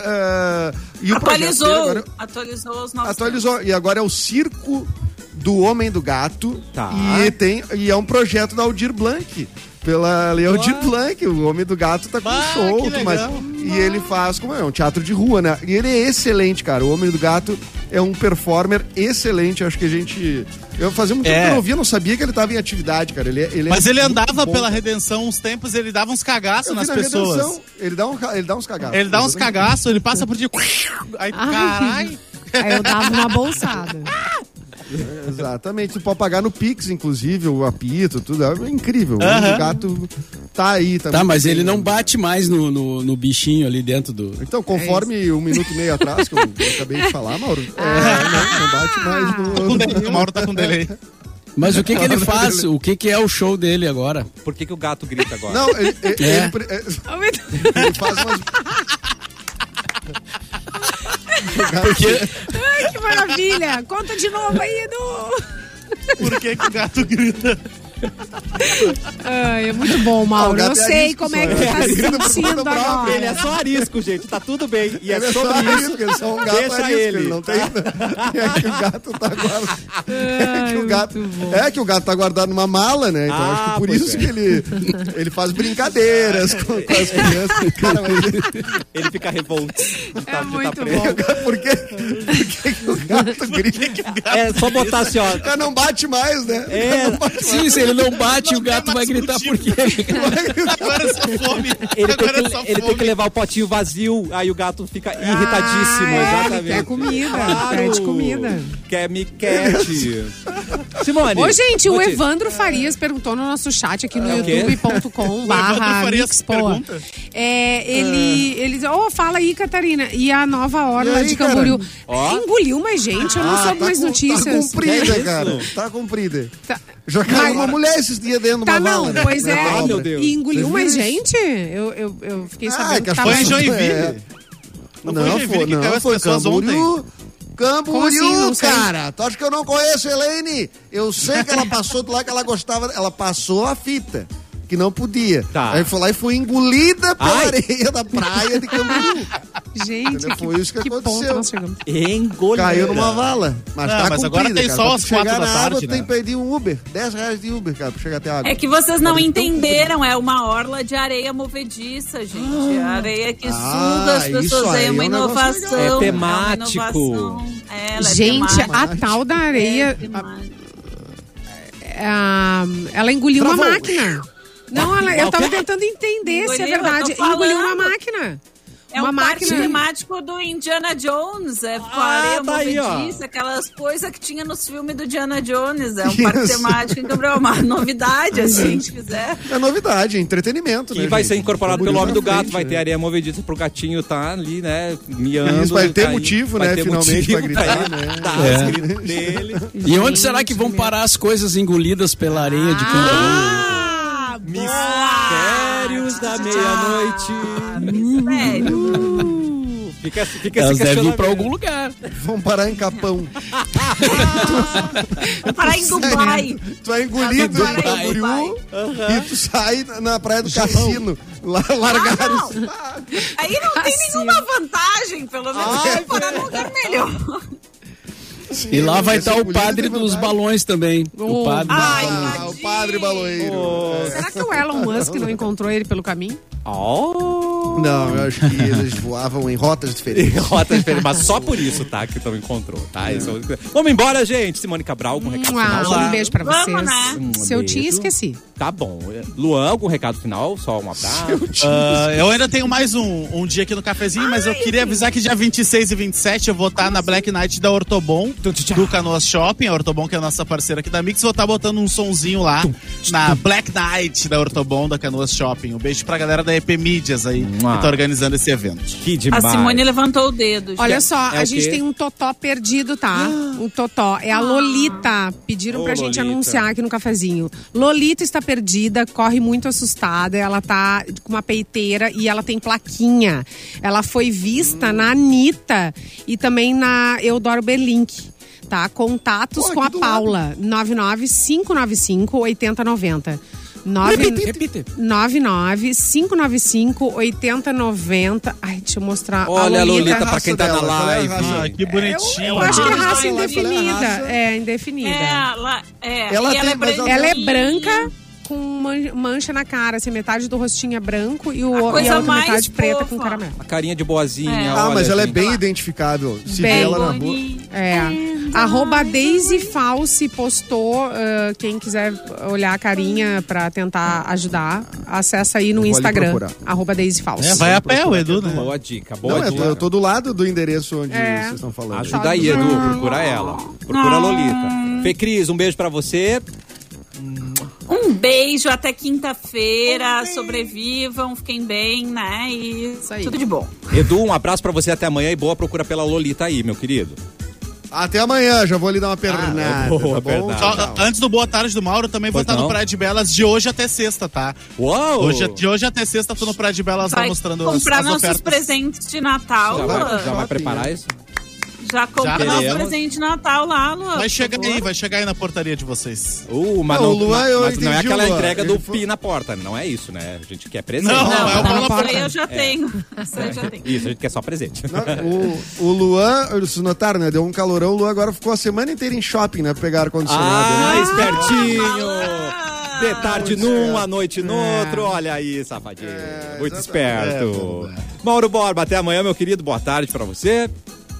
ah, e o projeto dele Atualizou. agora- Atualizou os nossos. Atualizou. E agora é o Circo do Homem do Gato. Tá. E, tem, e é um projeto da Aldir Blanc. Pela Lei Aldir Blanc, o Homem do Gato tá com Bah, um show, que tudo mais. legal. E ele faz, como é, um teatro de rua, né? E ele é excelente, cara. O Homem do Gato é um performer excelente. Acho que a gente. Eu fazia muito É. tempo que eu não via, não sabia que ele tava em atividade, cara. Ele, é- ele é Mas ele muito andava bom, pela cara. redenção uns tempos, ele dava uns cagaços Eu vi nas na pessoas. redenção, Ele dá, um, ca- ele é dá uns cagaços. Ele dá uns Exatamente. cagaços, ele passa por dia. Aí, caralho. Aí eu dava uma bolsada. Exatamente, tu pode pagar no Pix, inclusive, o apito, tudo. É incrível. O Aham. O gato tá aí também. Tá, mas ele não bate mais no, no, no bichinho ali dentro do. Então, conforme É um minuto e meio atrás, que eu acabei de falar, Mauro, é, não, não bate mais Tá com delay, no. O Mauro tá com delay. Mas o que, que ele faz? O que, que é o show dele agora? Por que, que o gato grita agora? Não, ele, ele- É. ele pre- ele faz umas. Ai, que maravilha! Conta de novo aí, Edu! Por que, que o gato grita? Ai, é muito bom, Mauro. Ah, o Eu gato é sei arisco, como é que só. tu tá Ele grita se por sentindo conta própria, agora. Ele é só arisco, gente. Tá tudo bem. E é Ele é só sobre isso. arisco, ele é só um gato Deixa arisco, ele. Ah. não tem. É que o gato tá guardado. É que o gato, é que o gato tá guardado numa mala, né? Então Ah, acho que por pois é. isso que ele, ele faz brincadeiras com, com as crianças. Cara, mas ele, Ele fica revolto. Tá- É tá muito preso. bom. por que, por que que o gato grita? É só botar assim, ó. O cara não bate mais, né? É, Sim, se ele não bate, o gato vai gritar por quê? Agora essa fome. ele, tem Agora é essa que, ele tem que fome. levar o potinho vazio, aí o gato fica irritadíssimo, Ah, é, exatamente. ele quer comida, Claro. pede comida. Quer miquete. Simone. Ô, gente, o vou te- Evandro Farias perguntou no nosso chat aqui no É o quê? youtube.com O Evandro barra Farias Mixpoa. pergunta? É, ele, Ah. ele diz, ô, fala aí, Catarina. E a nova E orla aí, de Camboriú. Ó. Engoliu mais gente, eu não soube mais com- Ah, Tá notícias. é Que comprida, isso? cara. Tá comprida. Tá- Já caiu Mas- uma mulher esses dias dentro de uma Tá, não, vala, né? pois é. Na Ah, meu obra. Deus. E engoliu Vocês mais viram isso? gente? Eu, eu, eu fiquei sabendo Ah, que, que tava... assim, foi em Joinville. É. Não, Não foi foi, Joinville que não caiu as foi pessoas Camboriú. Como Camboriú, assim? Não sei. cara. Tu acha que eu não conheço a Elaine? Eu sei que ela passou de lá que ela gostava. Ela passou a fita. Que não podia. Tá. Aí foi lá e foi engolida pela Ai. areia da praia de Camboriú. Gente, Entendeu? que, Foi isso que que ponto aconteceu. nós chegamos. Engolida. Caiu numa vala. Mas Não, tá né? Ah, mas comprida, agora tem cara. só Pra tu às quatro chegar da na água, tarde, tu né? tem que pedir um Uber. 10 reais de Uber, cara, pra chegar até a água. É que vocês não Mas então- entenderam, é uma orla de areia movediça, gente. areia que Ah, suga as isso pessoas. aí É uma é um negócio inovação. legal. É uma temático. inovação. É, ela é Gente, temática. a tal da É areia, temática. ah, ela engoliu uma Travou. máquina. Não, ela- eu tava tentando entender se é Engoliu, eu tô verdade. Engoliu uma falando. máquina. É uma um parque máquina. temático do Indiana Jones. É com a Ah, areia tá aí, ó. movediça, aquelas coisas que tinha nos filmes do Indiana Jones. É um parque Isso. temático em Gabriel. Uma novidade, assim, se quiser. É novidade, é entretenimento, né? Que vai gente? ser incorporado Por pelo isso homem do na frente, gato. Vai né? ter areia movediça pro gatinho tá ali, né? Miando. Isso, vai ter caindo. motivo, Vai né, ter finalmente, motivo pra gritar, ele né? dar É. os gritos dele. E onde será que vão parar as coisas engolidas pela areia de Camboriú? Ah, Mistérios da meia-noite. Sério. Uh. Fica, fica Elas esse devem ir pra questionamento. algum lugar. Vão parar em Capão. Vou parar em Dubai. Tu é engolido Elas vão em parar em Camboriú e tu sai na- na praia do cassino. Lá, Ah, largaram. não. Aí não tem nenhuma vantagem, pelo menos Ai, vai parar num lugar melhor. E lá vai Esse estar o engolido padre tem dos vantagem. balões também. Oh. O padre. Ai, Ah, o tadinho. padre baloeiro. Será que o Elon Musk não encontrou ele pelo caminho? Oh. Não, eu acho que eles voavam em rotas diferentes. Rota diferente, mas só por isso, tá? Que não encontrou, tá? Isso é outra coisa. Vamos embora, gente. Simone Cabral, algum recado final? Ah, um beijo pra Vamos, vocês. né? Um Se eu tinha, beijo. esqueci. Tá bom. Luan, algum recado final? Só um abraço. Ah, eu ainda tenho mais um, um dia aqui no cafezinho, mas eu queria avisar que dia 26 e 27 eu vou estar na Black Night da Ortobon, do Canoas Shopping, a Ortobon que é a nossa parceira aqui da Mix, vou estar botando um sonzinho lá na Black Night da Ortobon da Canoas Shopping. Um beijo pra galera da EP Mídias aí. que tá organizando esse evento. Que A demais. Simone levantou o dedo. Olha só, é a o gente quê? Ah. tem um totó perdido, tá? Um totó. É a Lolita. Pediram Ô, pra gente Lolita. anunciar aqui no cafezinho. Lolita está perdida, corre muito assustada. Ela tá com uma peiteira e ela tem plaquinha. Ela foi vista Hum. na Anitta e também na Eudoro Belink. Tá? Contatos com a Paula. 99595-8090. 9... Repita. 99595-8090. Ai, deixa eu mostrar. Olha a Lolita, raça pra quem tá na dela, qual é a live. raça? Ah, que bonitinho. Eu acho que é raça Ela é indefinida. raça. É, É, indefinida. ela, é. Ela e ela, tem, é mas branquinha. Ela é branca com man- mancha na cara, assim, metade do rostinho é branco e, o, e coisa a outra mais metade preta com fofa. caramelo. A carinha de boazinha. É. Ah, olha, mas ela é gente. bem identificável. Se Bem vê ela na rua. Bonita. É. Arroba Daisy False postou. ah, quem quiser olhar a carinha pra tentar ajudar, acessa aí no Eu vou ali Instagram. procurar. Arroba Daisy False. É, vai a pé, o Edu, né? Boa dica, boa Não, é, eu tô, dica. eu tô do lado do endereço onde É. vocês estão falando. Ajuda aí, Edu, procura ela. Procura a Lolita. Fê Cris, um beijo pra você. Um beijo até quinta-feira. Sobrevivam, fiquem bem, né? E Isso aí. tudo de bom. Edu, um abraço pra você até amanhã e boa procura pela Lolita aí, meu querido. Até amanhã, já vou ali dar uma pernada. Ah, é boa tá bom? pernada. Tchau, Só, tchau. antes do Boa Tarde do Mauro, também vou Pois estar não? no Praia de Belas de hoje até sexta, tá? Uau! Hoje, de hoje até sexta, tô no Praia de Belas lá Vai tá mostrando as, comprar as nossos ofertas. presentes de Natal, já vai, já Luan. vai preparar isso? Já comprou Já nosso teremos. presente de Natal lá, Luan. Vai por chegar favor. aí, vai chegar aí na portaria de vocês. Uh, mas Não, não, o Luan, eu mas não é entendi o aquela Luan. entrega do Ele foi- pi na porta, não é isso, né? A gente quer presente. Não, Não, é o tá Paulo na Porta. isso aí eu já tenho. Isso aí eu já tenho. Isso, a gente quer só presente. O, o Luan, vocês notaram, né? Deu um calorão, o Luan agora ficou a semana inteira em shopping, né? Pegar ar-condicionado, né? Ah, espertinho! Ah, De tarde num, à noite no outro. Olha aí, safadinho. Muito esperto. Mauro Borba, até amanhã, meu querido. Boa tarde pra você.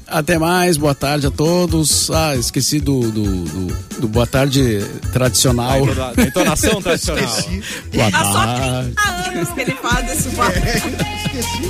Até mais, boa tarde a todos. Ah, esqueci do, do, do- do boa tarde A tradicional. entona- a entonação tradicional. Esqueci, Boa Há só tarde. 30 anos que ele faz esse papo. esqueci.